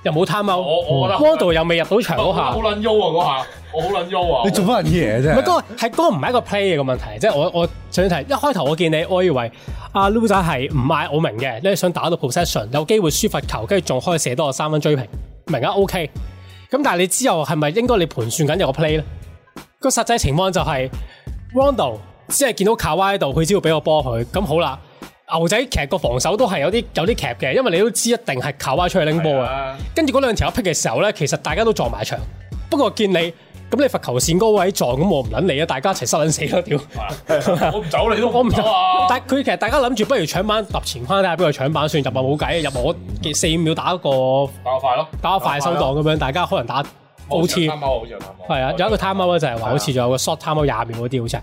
又冇貪踎，
我我覺得
w a n d 又未入到場嗰下
好。撚優啊嗰下，我好撚優啊！
你做乜嘢
唔
啫？
係嗰個係嗰個唔係一個 play 嘅問題，即係我我想提一開頭我見你，我以為阿 Lu 仔係唔買我明嘅，你係想打到 possession 有機會輸罰球，跟住仲可以射多個三分追平，明啊 OK。咁但係你之後係咪應該你盤算緊有個 play 咧？個實際情況就係、Rondo 只係見到卡哇喺度，佢只要俾個波佢，咁好啦。牛仔其實個防守都係有啲有啲劇嘅，因為你都知一定係卡哇出去拎波
係
嘅。
啊，
跟住嗰兩條一 pick 嘅時候咧，其實大家都撞埋牆。不過見你咁你罰球線嗰位撞，咁我唔撚你啊！大家一齊失撚死咯， 屌！
我唔走你都
我唔得
啊！
但係佢其實大家諗住不如搶板揼前框睇下邊個搶板算入啊，冇計入我
嗯
嘅四五秒打一個
打快咯，
打個快手檔咁樣，大家可能打 OT
貪好似有貪貓，
係啊，有一個 time out 咧就係話好似仲有個 short time out 廿秒嗰啲好似係。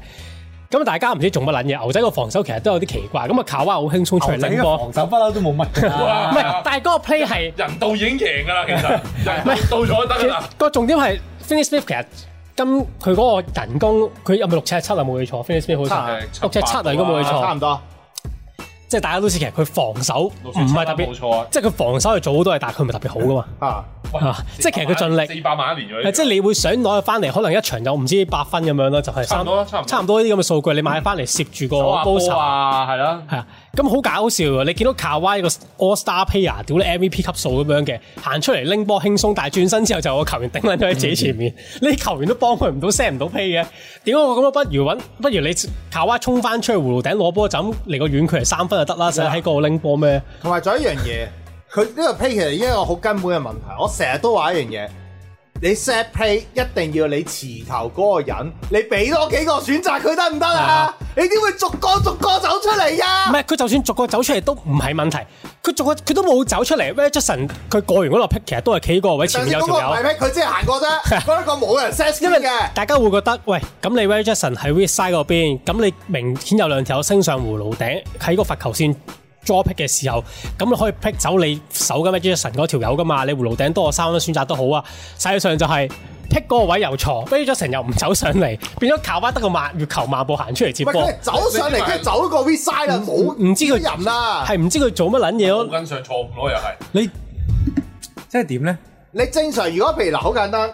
咁大家唔知做乜撚嘢，牛仔個防守其實都有啲奇怪。咁啊，卡哇好輕鬆出嚟
牛仔
拎
嘅
波，
防守啊不嬲都冇乜㗎啦。
唔係，但係嗰個 play 係。
人道已經贏㗎啦，其 實人道咗得
其
㗎
實
啦。
個重點係 Finish Smith 其實今佢嗰個人工，佢有冇六尺七啊？冇記錯，Finish Smith 好似係
七
六尺七啊，如果冇記
差
錯
唔，多。
即係大家都知其實佢防守唔
六寸
係特
冇
別，
錯啊，
即係佢防守係做好多嘢，但係佢唔係特別好噶嘛。
啊，
啊即係其實佢盡力
四百萬一年咗，
即係你會想攞佢翻嚟，可能一場有唔知八分咁樣咯，就係
差唔多啦差唔多
差唔多呢啲咁嘅數據，你買翻嚟攝住個
手下
高
波
手。
啊，係啦，
係啊，咁好搞笑啊！你見到卡哇一個 All Star player，屌你 MVP 級數咁樣嘅，行出嚟拎波輕鬆，但係轉身之後就有個球員頂撚咗喺自己前面，
嗯
你啲球員都幫佢唔到 set 唔到 play 嘅，屌我咁啊，不如揾，不如你卡哇衝翻出去葫蘆頂攞波就咁嚟個遠距離三分就得
啊
啦，使喺嗰度拎波咩？
同埋仲有一樣嘢，佢呢個 play 其實已經係一個好根本嘅問題。我成日都話一樣嘢，你 set play 一定要你持球嗰個人，你俾多幾個選擇佢得唔得啊
啊？
你點會逐個逐個走出嚟啊呀？
唔係佢就算逐個走出嚟都唔係問題，佢逐個佢都冇走出嚟 r e j e s o n 佢過完嗰落 pick 其實都係企嗰個位前
但係
面有
嗰個
條
唔
友
係。咩？佢只係行過 啫，嗰一個冇人 set
因
先
為
嘅。
大家會覺得，喂，咁你 Ray Jackson 喺 w e s t Side 嗰邊，咁你明顯有兩條友升上葫蘆頂，喺個罰球線 draw pick 嘅時候，咁你可以 pick 走你手嘅 Ray Jackson 嗰條友噶嘛？你葫蘆頂多個三分選擇都好啊。實際上就係、pick 嗰個位又錯，Ray Jackson 又唔走上嚟，變咗卡哇得個慢月球漫步行出嚟接
唔係
波
佢，係走上嚟，跟住走個 V side 啦，冇啊
唔知佢
人啦。
係唔知佢做乜撚嘢
冇
咯？
跟上錯誤咯，又係。
你即係點咧？
你正常如果譬如嗱，好簡單，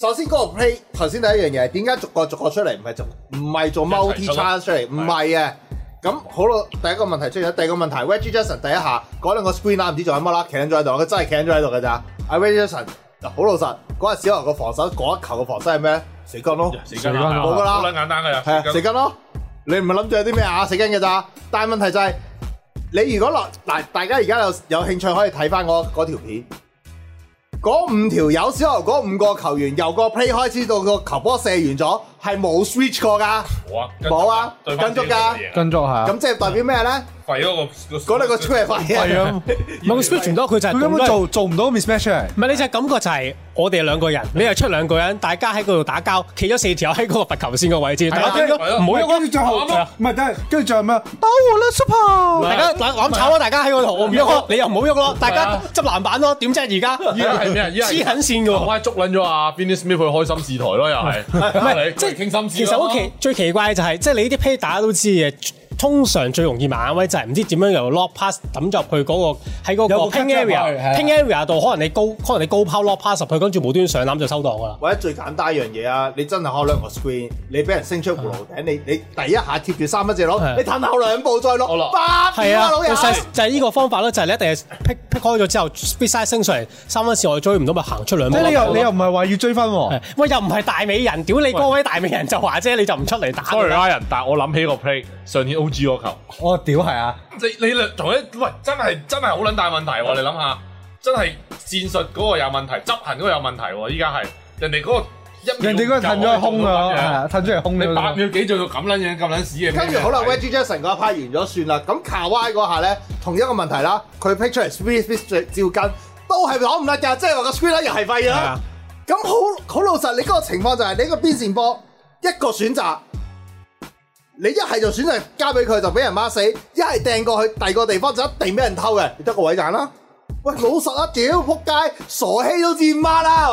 首先嗰個 play 頭先第一樣嘢，點解逐個逐個出嚟，唔係做唔係做 multi
一齊出咯
chance 出嚟，唔係嘅。咁好啦，第一個問題出咗，第二個問題 w e d g e Jackson 第一下嗰兩個 screen 啊啦，唔知做緊乜啦，企緊咗喺度，佢真係企緊咗喺度㗎咋。阿 w e d g e Jackson 嗱，好老實，嗰日小牛個防守嗰一球嘅防守係咩？死筋咯，
死梗
死梗啦
啦，
冇㗎啦
啊好撚簡單㗎啦，
啊係啊，死筋咯。你唔係諗住有啲咩啊食緊嘅咋？但係問題就係、你如果落嗱，大家而家有有興趣可以睇翻嗰嗰條片，嗰五條友小牛嗰五個球員由個 play 開始到個球波射完咗，係冇 switch 過㗎，
冇啊，
冇啊
對
跟
翻
足㗎
自己嘅嘢啊
跟足下，
咁即係代表咩咧？
廢咗個
嗰 兩個超係快
係
嘅，
啊，
唔係佢 switch 唔到，佢就係
佢根
咁
本
樣
做做唔到 mismatch 出嚟。
唔係你就感覺就係我哋兩個人，你又出兩個人，大家喺嗰度打交，企咗四條喺嗰個罰球線個位置，大家
係啊
點
係啊
唔
跟
好
住
喐
最
啊！
後
係啊
唔係，但係跟住最後咩啊？打我啦，Super！
大家攬攬炒咯，大家喺個度，我唔喐咯，你又唔好喐咯，大家
啊
執籃板咯，點啫而家？
依家係咩啊？依家
黐緊線 㗎喎
我係捉撚咗啊 b e n n y Smith 去開心視台咯，又係 啊
唔係，
你
即係
傾心事。
其實好奇，最奇怪就係，即係你呢啲 play 大家都知嘅，通常最容易埋眼位就係唔知點樣由 lock pass 抌入去嗰個喺嗰個
有個
ping
cut 入去係啊
area ping area 度，可能你高可能你高拋 lock pass 入去，跟住無端上籃就收檔㗎啦。
或者最簡單一樣嘢啊，你真係開兩個 screen，你俾人升出葫蘆頂，你你第一下貼住三分字攞
係，
你褪後兩步再
我
攞，
落
八
係
點
啊
啊，老，友
就。係就係呢個方法咯，就係你一定係劈劈開咗之後 split side 升上嚟，三分線我追唔到咪行出兩步
即係
咯。
你又你又唔係話要追分喎
係， 喂又唔係大美人，屌你嗰位大美人就話啫，你就唔出嚟打㗎
sorry
啊
啦。
啦，人，但係我諗起個 play 上年 O.G. 嗰球，
我屌係啊！
你你兩同一喂真係真係好撚大問題喎！你諗下，真係戰術嗰個有問題，執行嗰個有問題喎！依家係人哋嗰個一秒
人哋嗰個褪咗去空啊，係啊，褪咗去空
你八
呢
秒幾做到咁撚樣咁撚屎嘅咩？
跟住好啦，Reggie Jackson 嗰一 part 完咗算啦。咁卡哇嗰下咧，同一個問題啦，佢 pick 出嚟 split split 照跟，都係攞唔甩㗎，即係話個 screen 咧又係廢㗎
係
啦
啊。
咁好好老實，你嗰個情況就係你個邊線波一個選擇，你一係就選擇交俾佢就俾人 mark 死，一係掟過去第二個地方就一定俾人偷嘅，你得個位揀啦。喂，老實啊，屌仆街，傻閪都知 mark 啦係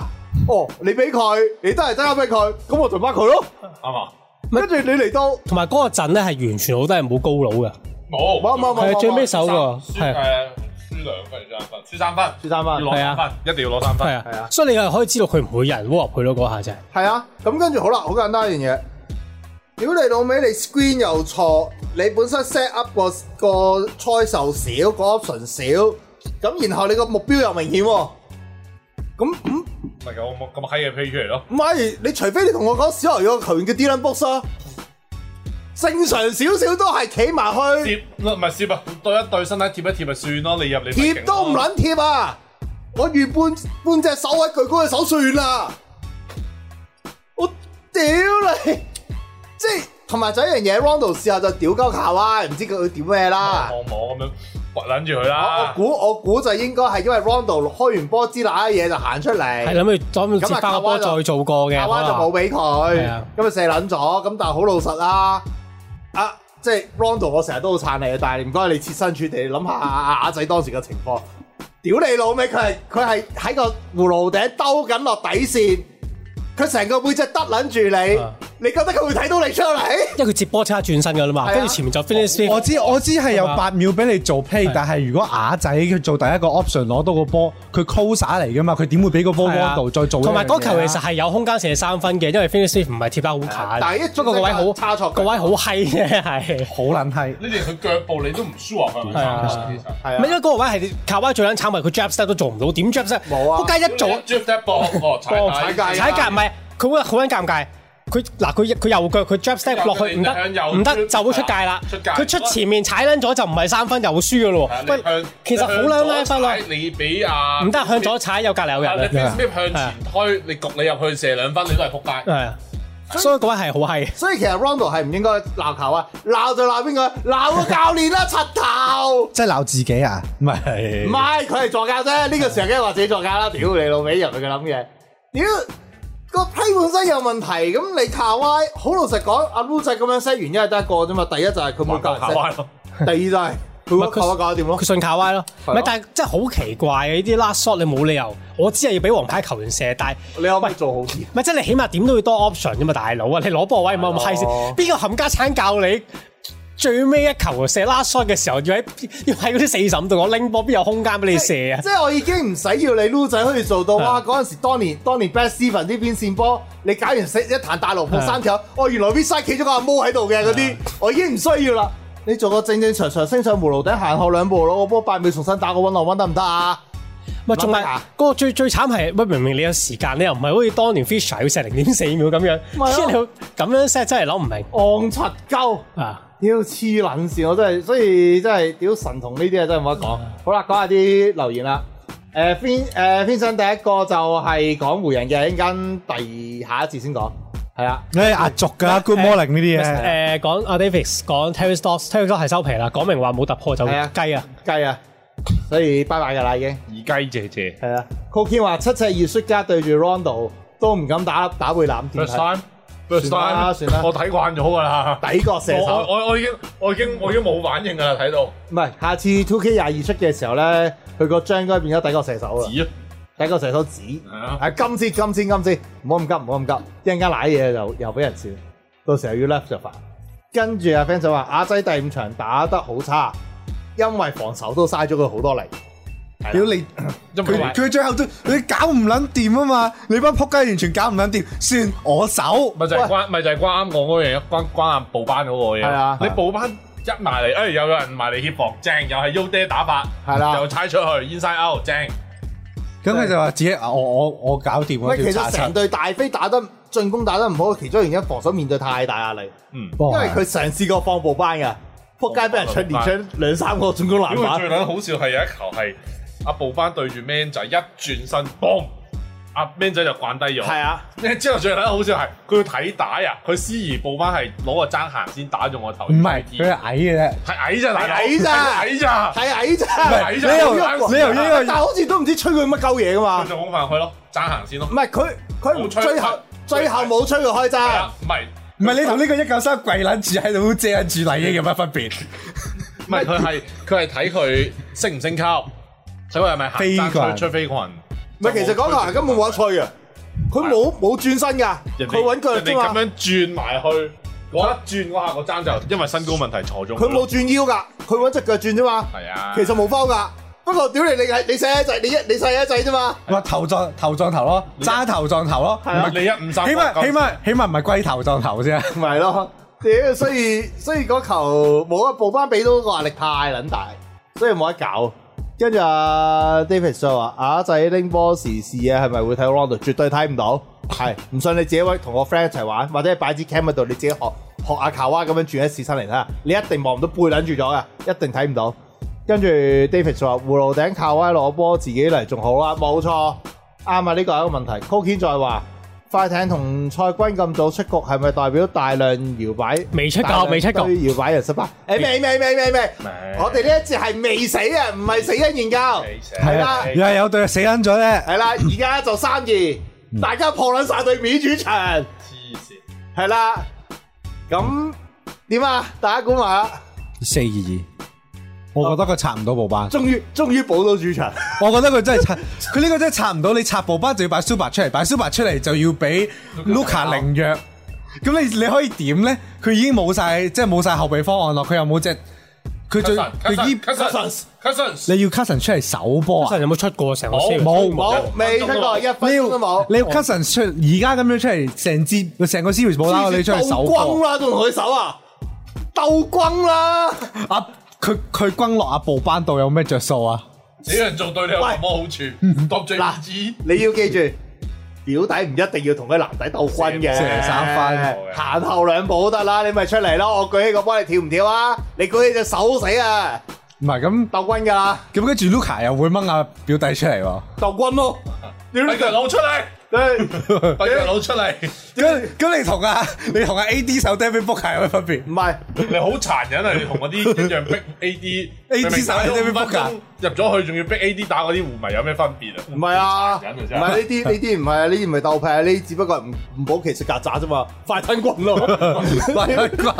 嘛？哦，你俾佢，你都係交俾佢，咁我就 mark 佢咯。
啱嘛？
跟住你嚟到。
同埋嗰個陣咧係完全好多係冇高佬嘅，
冇
冇冇冇
係最尾手
輸
喎，
誒
啊
係。啊
輸兩分，輸三分，輸三分，
輸三分
要攞
係
三
啊
分，一定要攞三分。
係啊，
係啊
所以你係可以知道佢唔會有人 w 入去咯，嗰下就係。
係啊，咁跟住好啦，好簡單一樣嘢。屌你老味，你 screen 又錯，你本身 set up 個個 choice 又少，個 option 少，咁然後你個目標又明顯喎。咁咁
唔係咁咁閪嘅 play 出嚟咯。
唔係，你除非你同我講小牛個球員叫 Dylan Brooks 啊，正常少少都係企埋去
貼唔係貼啊，對一對身體貼一貼咪算咯，你入你咪勁咯
貼都唔。撚貼啊！我預半半隻手喺巨高嘅手算啦，我屌你！即係同埋就一樣嘢，Rondo 試下就屌鳩卡哇，唔知佢屌咩啦。
望望咁樣掘撚住佢
我我
啦。
估我估就應該係因為 Rondo 開完波之那嘢就行出
係
嚟，
諗住諗
啊
住接翻個波再做過嘅，
卡哇就冇俾佢
係啊，
咁咪射撚咗。咁但係好老實啦，啊即係 Rondo 我成日都好撐你嘅，但係唔該你設身處地諗下阿仔當時嘅情況。屌你老味，佢係佢係喺個葫蘆頂兜緊落底線，佢成個背脊得撚住
啊
你，你覺得佢會睇到你出嚟？
因為佢接波即刻轉身噶啦
係
嘛，
啊
跟住前面就 finish
我知我知係有八秒俾你做 play，但係如果啞仔佢做第一個 option 攞到個波，佢 closer 嚟噶嘛，佢點會俾個波 w
係啊
a 度再做呢樣嘢啊？
同埋嗰球其實係有空間射三分嘅，因為 finish 唔係貼得好卡，
但係一
不過個位好
差錯腳啊
個位好閪啫，係。
好撚係，
你哋佢腳步你都唔 sure 佢係咪三分？
係
唔係因為嗰啊個位係卡哇最撚慘，咪佢 jab step 都做唔到，點 jab step？
冇啊
仆街一做
j u 波，哦踩
哦踩界
踩界唔係，佢會好撚尷尬。佢嗱佢佢右腳佢 jab step 落去唔
向右
得唔得
出
就會出界啦
出。界
佢出前面踩撚咗就唔係三分又會輸噶咯
係啊你
喎。喂
向，
其實好撚拉分啊
你向左！踩你俾啊
唔得向左踩有隔離有人啊
你 Smith 向前推，你焗你入去射兩分，你都係撲街。
係啊，所以嗰位係好閪。
所以其實 Rondo 係唔應該鬧球啊，鬧就鬧邊個？鬧個教練啦，柒頭！
即係鬧自己啊？唔
唔
係，
係，佢係助教啫，呢個時候梗係話自己助教 啦。屌你老味，入去佢諗嘢，屌個批本身有問題，咁你卡歪好老實講，阿 Lu 仔咁樣 set 原因係得一個啫嘛。第一就係佢冇教人 set，
咯。
第二就係佢個
唔係佢
卡歪搞得掂咯
佢。信卡威咯，唔
係啊
係，但係真係好奇怪啊嘅呢啲 last shot 你冇理由，我只係要俾黃牌球員射，但係
你可唔可以做好啲？
唔係即係你起碼點都要多 option 啫嘛，大佬啊，你攞波位唔好咁閪先，
係咯
邊個冚家產教你最尾一球射 last shot 嘅時候要喺要喺嗰啲四十五度我拎波，邊有空間俾你射啊？
即係我已經唔使要你 Lu 仔可以做到
係
哇！
啊
嗰陣時當年當年 Best Seven 啲邊線波，你搞完死一彈大龍
係
撲
啊
三條，哦原來 V side 企咗個阿毛喺度嘅嗰啲，我已經唔需要啦。你做個正正常常升上葫蘆頂行後兩步攞個波八秒重新打個温浪温得唔得啊？
咪仲係
諗下
嗰個最最慘係，喂明明你有時間，你又唔係好似當年 Fisher 要 set 零點四秒咁樣，
咪咯哦
即係你要咁樣 set 真係諗唔明
戇柒鳩，
啊！
屌黐撚線，我真係，所以真係屌神童呢啲啊嘢真係冇得講。
嗯
好啦，講下啲留言啦。誒 Fin 誒 Vincent 第一個就係講湖人嘅，一陣間第下一節先講。係啊啦，
你壓軸㗎 Good Morning 呢啲嘢。
誒講阿 Davis 講 Terry Stotts，Terry Stotts 係收皮啦，講明話冇突破就
係啊
雞啊！
雞啊，所以拜拜㗎啦已經。
二雞姐姐
係啊，Cokie 話七尺熱摔家對住 Rondo 都唔敢打打會攬點
，first
睇，
time，first
算啦
time，
算啦
我睇慣咗㗎啦。
底角射
我
手。
我我已經我已經我已經冇反應㗎啦，睇到
唔係，下次 Two K 廿二出嘅時候咧，佢個章應該變咗底角射手啦，
紙啊，
底角射手指。
係啊，
係今次今次今次，唔好咁急，唔好咁急，一陣間賴嘢就又俾人笑，到時候要 left 就煩。跟住阿 fans 就話亞仔第五場打得好差，因為防守都嘥咗佢好多嚟。
屌你！
因為
佢佢最後都你搞唔撚掂啊嘛！你班仆街完全搞唔撚掂，算我手。
咪就係關咪就係關啱我嗰樣嘢，關關啱報班嗰個嘢。
係啊
你報班一埋嚟，誒又有人埋嚟協防，正又係 U 爹打法，
係啦
又猜出去 inside out，正。
咁佢就話自己啊我我我搞掂
喂，
嗰
其
條
實
查
成
柒。
隊大飛打得進攻打得唔好，其中原因防守面對太大壓力，
嗯，
因
因為佢嘗試過放步班㗎，撲街俾人出連出兩三個進攻
屌
籃
佢最
板，
撚好笑係有一球係阿報班對住 man 仔一轉身，boom！阿 man 仔就慣低咗。
係啊，
之後最撚好笑係佢要睇打啊！佢思怡報班係攞個爭行先打中我頭。
唔係佢係矮嘅啫。
係矮咋，大
係
佬
矮咋啊
係矮咋，
係矮
唔係
咋，
矮
你
咋
又你又
但
呢
係好似都唔知吹佢乜鳩嘢㗎嘛
佢。就拱翻佢咯，爭行先咯
唔。係佢佢唔
冇吹
最後最後冇吹佢開
係
齋
啊，，唔係
唔係你同呢個一九三跪撚住喺度遮撚住嚟嘅有乜分別？
唔係佢係佢係睇佢升唔升級，睇佢係咪行山
飛棍
出出飛群。
唔係其實講嚟根本冇得吹嘅，佢冇冇轉身㗎，
啊人哋
佢揾腳
人哋
啫
咁
嘛，
樣轉埋去，我一轉嗰下個爭就因為身高問題坐咗。
佢冇轉腰㗎，佢揾只腳轉啫嘛，
係啊，
其實冇方㗎。不過屌你你係你細一仔，你一你細一仔啫嘛，
話啊頭撞頭撞頭咯，揸頭撞頭咯，
唔係你一五三，
起碼起碼起碼唔係龜頭撞頭啫。
咪咯，屌所以所以嗰球冇一步班俾到個壓力太撚大，所以冇得搞。跟住阿 David 就話：阿仔拎波時事啊，係咪會睇 Rondo？絕對睇唔到，係唔信你自己位同個 friend 一齊玩，或者擺支 cam 喺度，你自己學學阿卡哇咁樣轉一次身嚟睇下，你一定望唔到背撚住咗嘅，一定睇唔到。跟住 David 就話：葫蘆頂靠威攞波自己嚟仲好啦，冇錯，啱啊！呢個係一個問題。Cookie 再話：快艇同賽軍咁早出局，係咪代表大量搖擺？
未出局未出局
局，搖擺人失敗。誒未未未未未，我哋呢一節係未死啊，唔係死因研究，係
係
啦
啦，
又係有對死撚咗咧，
係啦，而家就三二，大家破撚晒對面主場，
黐線，
係啦，咁點啊？大家估埋啊，
四二二。我覺得佢拆唔到步班，
終於終於保到主場。
我覺得佢真係 拆，佢呢個真係拆唔到。你拆步班就要擺 Super 出嚟，擺 Super 出嚟就要俾 Luca 凌弱。咁你你可以點咧？佢已經冇晒，即係冇晒後備方案咯。佢又冇隻，佢最佢依
Cousins，Cousins，Cousins，
你要 Cousin 出嚟首波啊！
Cousins 有冇出過成個
冇
series？
冇
冇，未出過，一分
你要
鐘都冇。哦
你要 Cousin 出而家咁樣出嚟，成支成個 series 冇啦，你出嚟首
鬥轟
波
啦，仲同佢手啊，鬥轟啦！
啊！佢佢轟落阿布班度有咩着數啊？
這樣做對你有什麼好處？當最
嗱
知，
你要記住，表弟唔一定要同佢男底鬥軍嘅，
射三分
行後兩步都得啦，你咪出嚟咯。我舉起個波，你跳唔跳啊？你舉起隻手死啊！
唔係
鬥
咁
軍㗎啦，
咁，跟住 Luca 又會掹阿表弟出嚟喎。
鬥軍咯。屌
哎
哎
跛腳佬出嚟，
你
跛腳佬出嚟，
咁咁你同阿你同阿 AD 手 David Booker 有咩分別？
唔係
你好殘忍啊！你同嗰啲 一樣逼 AD，
AD 手
你
你
明明打咗五
咪仆
分鐘
街
入咗去，仲要逼 AD 打嗰啲胡迷有咩分別啊？
唔係啊？
忍啊
唔
真
係
係
呢啲 呢啲唔係啊，呢啲唔係鬥劈，呢啲只不過係唔唔保其食曱甴啫嘛，快吞棍 咯！
快
屌
得棍，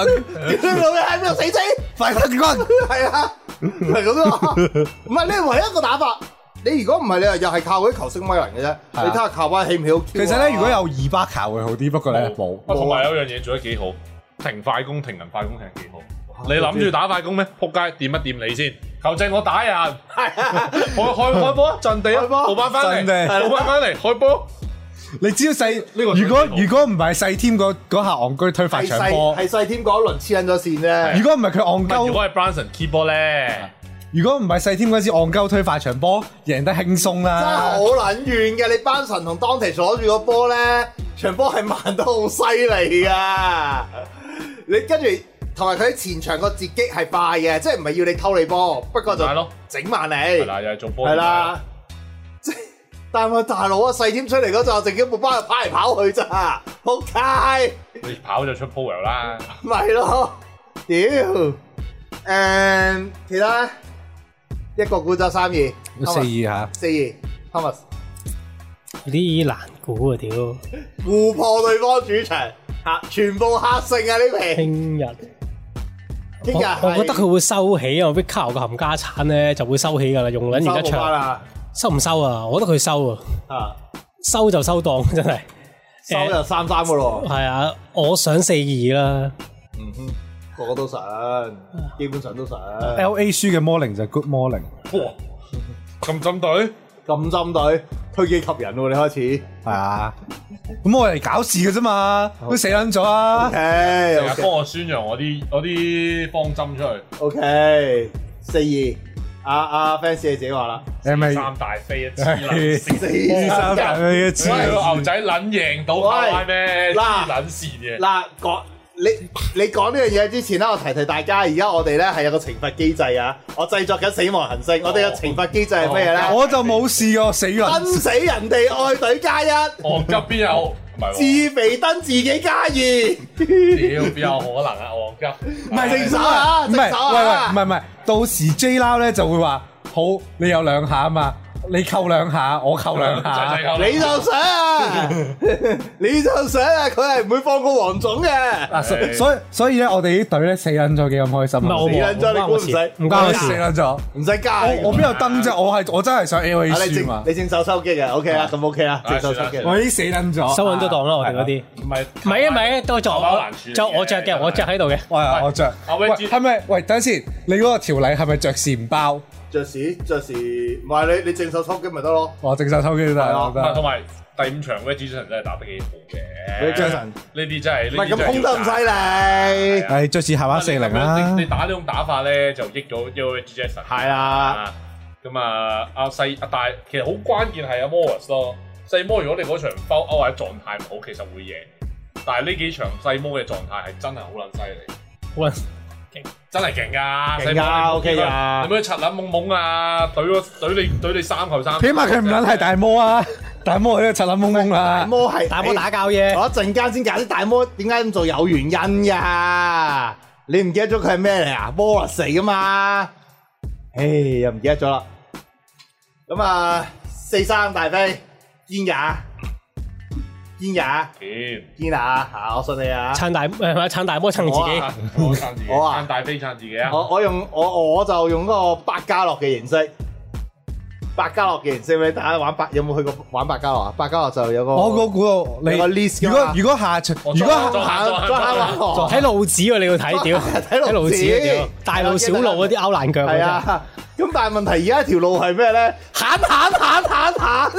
你老味喺邊度死死？
快得棍！
係啊，係咁 咯。唔係你係唯一一個打法。你如果唔係，你又又係靠嗰啲球星威能嘅啫。你睇下靠威起唔起好 Q
啊其
啊
實咧，如果有二巴球會好啲，不過咧冇。
啊同埋有樣嘢做得幾好，停快攻、停人快攻係幾好。你諗住打快攻咩？撲街掂一掂你先，球證我 打人，開開開波啊，陣地啊，
開波
補翻翻
陣地
嚟，補翻翻嚟，開波。
你只要細，
呢個
如果
水平好
如果唔係細添嗰嗰下戇居推快
係
場
細
波，
係細添嗰一輪黐撚咗線啫。
如果唔係佢戇
如
鳩，
果係 Branson keyboard 咧，
唔如果唔係細添嗰陣時戇鳩推快場波，贏得輕鬆
真係
啦
啊好。撚遠嘅，你班神同當提攞住個波咧，場波係慢得好犀利噶。你跟住同埋佢喺前場個截擊係快嘅，即係唔係要你偷你波，不過就
係咯
整慢你。
係啦，又係做波，
係啦，即係但係大佬啊，細添出嚟嗰陣，直接部班人跑嚟跑去咋，仆街，
你跑就出 p o w 啦，
咪咯，屌，誒、其他一個古仔三二，
四
Thomas，
二嚇，
四二，Thomas
有啲難估啊！屌，
互破對方主場，嚇，全部客勝啊呢皮，
聽日
聽
我
日
我覺得佢會收起啊 v i c a 個冚家產咧就會收起㗎啦，用撚而家
翻
場
啦，
收唔收啊？我覺得佢收啊，
啊，
收就收檔真係。
收就三三個 咯，
係啊，我想四二啦。
嗯哼，個個都想，基本上都想，
L A 輸嘅 morning 就 good morning，
哇，咁針對，
咁針對，推機及人喎，你開始。
係啊。咁我哋搞事嘅啫嘛，都死撚咗啊！
OK
成日幫我宣揚我啲我啲方針出去，
OK，四二，阿阿 fans 你自己話啦，
你咪
三大飛一黐撚線
四
三大飛一黐
喂，個牛仔撚贏到
喂
嗌咩？
嗱
黐撚線嘅，
嗱講你你講呢樣嘢之前啦，啊我提提大家，而家我哋咧係有個懲罰機制啊，我製作緊死亡行星，我哋嘅懲罰機制係咩咧？
哦我就冇事㗎，我死
登
人。
死人哋愛隊加一，
戇急哦邊有？唔係
自肥登自己加二，
喎，屌邊有可能啊？戇急，唔
係正手啊，
唔
正
係，
手
喂喂，
啊，
唔係唔係，到時 J 撈咧就會話：好，你有兩下啊嘛，你扣兩下，我扣兩
嗯
下。
你就想啊， 你就想啊，佢係唔會放過黃總嘅。
嗱，所所以所以咧，我哋啲隊咧死撚咗幾咁開心啊！
唔係我
死撚咗，你估唔使，
唔關我
死
事
撚咗，
唔使加你。
我我邊有登啫？我係我真係想 L A
啊，你
輸
正
嘛，
你正手收機嘅，OK 啦，咁 OK 啦，正
唉
手收機
算啦算。
我已經死撚咗，
收緊咗檔啦，我哋嗰啲。
唔係
唔係啊，唔係啊，都
頭包難處
着
嚟嘅
就我着嘅，我着喺度嘅。
我係我着，
阿
喂
威知
係咪？喂，等陣先，你嗰個條例係咪着禪包？
爵士爵士，唔係你你正手抽機咪得咯。
我正手偷機都
係
得，
啊
我覺
同
得。
埋第五場 r e g i s o n 真係打得幾好嘅。
你張神
呢啲真係
唔係
呢啲真
咁
係
空得咁犀
要
利
係，啊
係爵士下巴
打
四零啦
你你，打呢種打法咧，就益咗 U G Jason。
啊係啦，
啊，咁啊，阿細阿大其實好關鍵係阿 Morris 咯。細魔如果你嗰場 foul out 或者狀態唔好，其實會贏。但係呢幾場細魔嘅狀態係真係好撚犀利，
喂，
真係勁噶，
勁㗎
細魔你
OK 㗎
你咪柒撚懵懵啊，懟個懟你懟你三球三分。
起碼佢唔撚係 大魔啊！大魔喺度柒撚懵懵
大
啦，
魔係
打波打交 啫。
我一陣間先解釋大魔點解咁做有原因㗎。你唔記得咗佢係咩嚟啊？魔嚟㗎嘛？唉，又唔記得咗啦。咁啊，四三大飛堅也堅也
點？
堅啊！嚇，我信你啊！
撐大 誒唔係撐大波撐自己。
我撐自己，
我啊
撐大飛撐自己啊！
我我用我我就用嗰個百家樂嘅形式，百家樂嘅形式俾大家玩百，有冇去過玩百家樂啊？百家樂就有個
我嗰估到
有個
你。
list 㗎
如
嘛
果如果下場，
我
如
再
果
再
下下下
就睇路子啊喎，你要睇屌，
睇路子
啊屌，大路小路嗰啲拗爛腳
係
啊，
啊，咁但係問題而家條路係咩咧？行行行行行，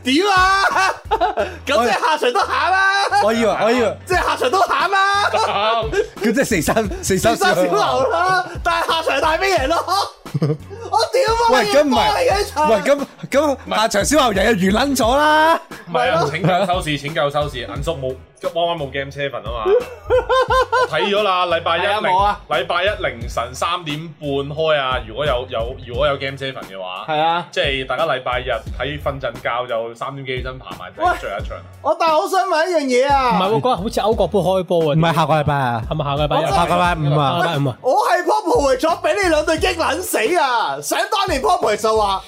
點啊？咁即係下場都行啦，
我以為我以為
即係下場都行啦，
啱
佢即係四三四
小三
三
小流啦，但係下場大飛贏咯，我屌啊！
喂，咁唔
你嘅場
係，喂，咁咁下場小牛人就完撚咗啦，
唔係
咪咯
啊！拯救收視，拯救收視，銀叔冇，汪汪冇 game seven 啊嘛，我睇咗啦，禮拜一
係啊
零，
冇啊
禮拜一凌晨三點半開啊！如果有有如果有 game seven 嘅話，
係啊。
即係大家禮拜日睇瞓陣覺就三點幾起身爬埋
喂
睇最後一場。
我但係好想問一樣嘢
唔係
啊，
喎，嗰日好似歐國杯開波啊，
唔係下個禮拜啊，
係咪下個禮拜一？
下個禮拜五
下個
啊，
禮拜五啊，
我係 Popo 為咗俾呢兩隊激撚死啊！想當年 Popo 就話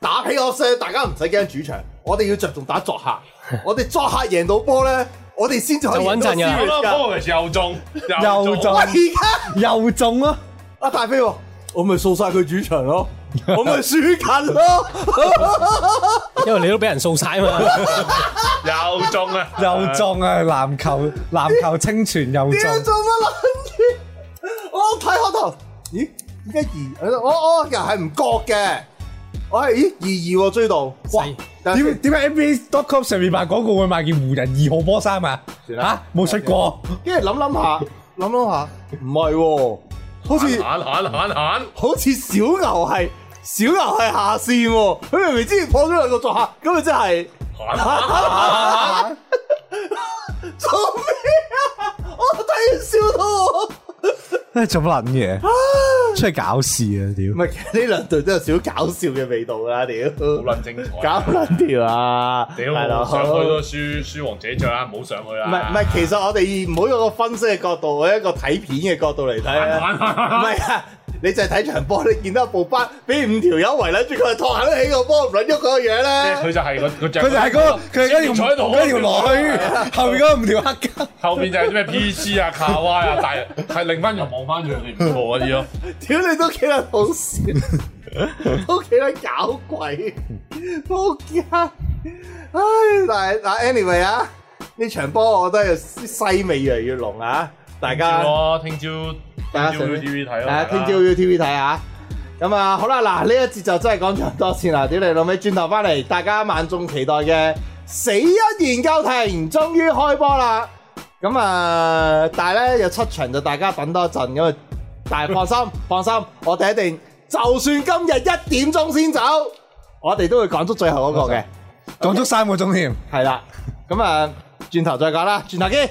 打起我聲，大家唔使驚主場，我哋要着重打作 客，我哋作客贏到波咧，我哋先至可以
就穩陣㗎
好啦
㗎。
，Morris 又中，
又
喂，
中
而家
又中咯，
阿大飛喎，我咪掃晒佢主場 咯，我咪輸緊咯，
因為你都俾人掃晒啊嘛，
又中啊，
又中啊，籃球 籃球清泉又
屌
中，
做乜撚嘢？我睇開頭，咦？點解二？我我又係唔覺嘅，我係咦二二喎追到，哇！但係
點點解 NBA.com 上面賣廣告會賣件湖人二號波衫啊？
算啦
嚇冇出過，
跟住諗諗下，諗諗下，唔係喎，好似
閒閒閒閒
好似小牛係小牛係下線喎，佢明明之前破咗兩個作客，咁咪真係
閒閒閒，
做咩啊？我睇完笑到我。
做乜捻
啊
嘢？出去搞事啊！屌
唔！係，其實呢兩隊都有少少搞笑嘅味道啦，屌！
好撚精彩，
搞撚掂啊！
屌
大佬
上去都輸輸王者將啦，唔好上去啊啦。
唔係唔係，其實我哋唔好用個分析嘅角度，我一個睇片嘅角度嚟睇啊。
閒閒閒
唔
閒
係啊，你就係睇場波，你見到部班俾五條友圍撚住佢，托撚起個波唔撚喐嗰個嘢
佢
咧。
就係個個
佢就係嗰個，佢係嗰條
喺度
嗰條
啊
女，後面嗰五條黑膠。
後面就係啲咩 PC 啊、卡哇啊，但係係另翻人望翻佢哋唔 錯嗰啲咯。
屌你都幾撚好笑，都幾撚搞鬼，仆街！唉，但係但係 anyway 啊，呢場波我覺得西味越嚟越濃啊，大家。
聽朝咯，聽
大家
朝聽
上
朝
邊
TV 睇
係
咯。
啊，聽朝 UTV 睇下。咁啊，好啦，嗱呢一節就真係講咁多先啦。屌你老味，轉頭翻嚟，大家萬眾期待嘅死因研究庭終於開波啦。咁啊，但係咧有七場就大家等多陣咁啊。但係放心，放心，我哋一定，就算今日一點鐘先走，我哋都會講足最後嗰個嘅。
講足三個鐘添。
係啦，咁啊，轉頭再講啦，轉頭見。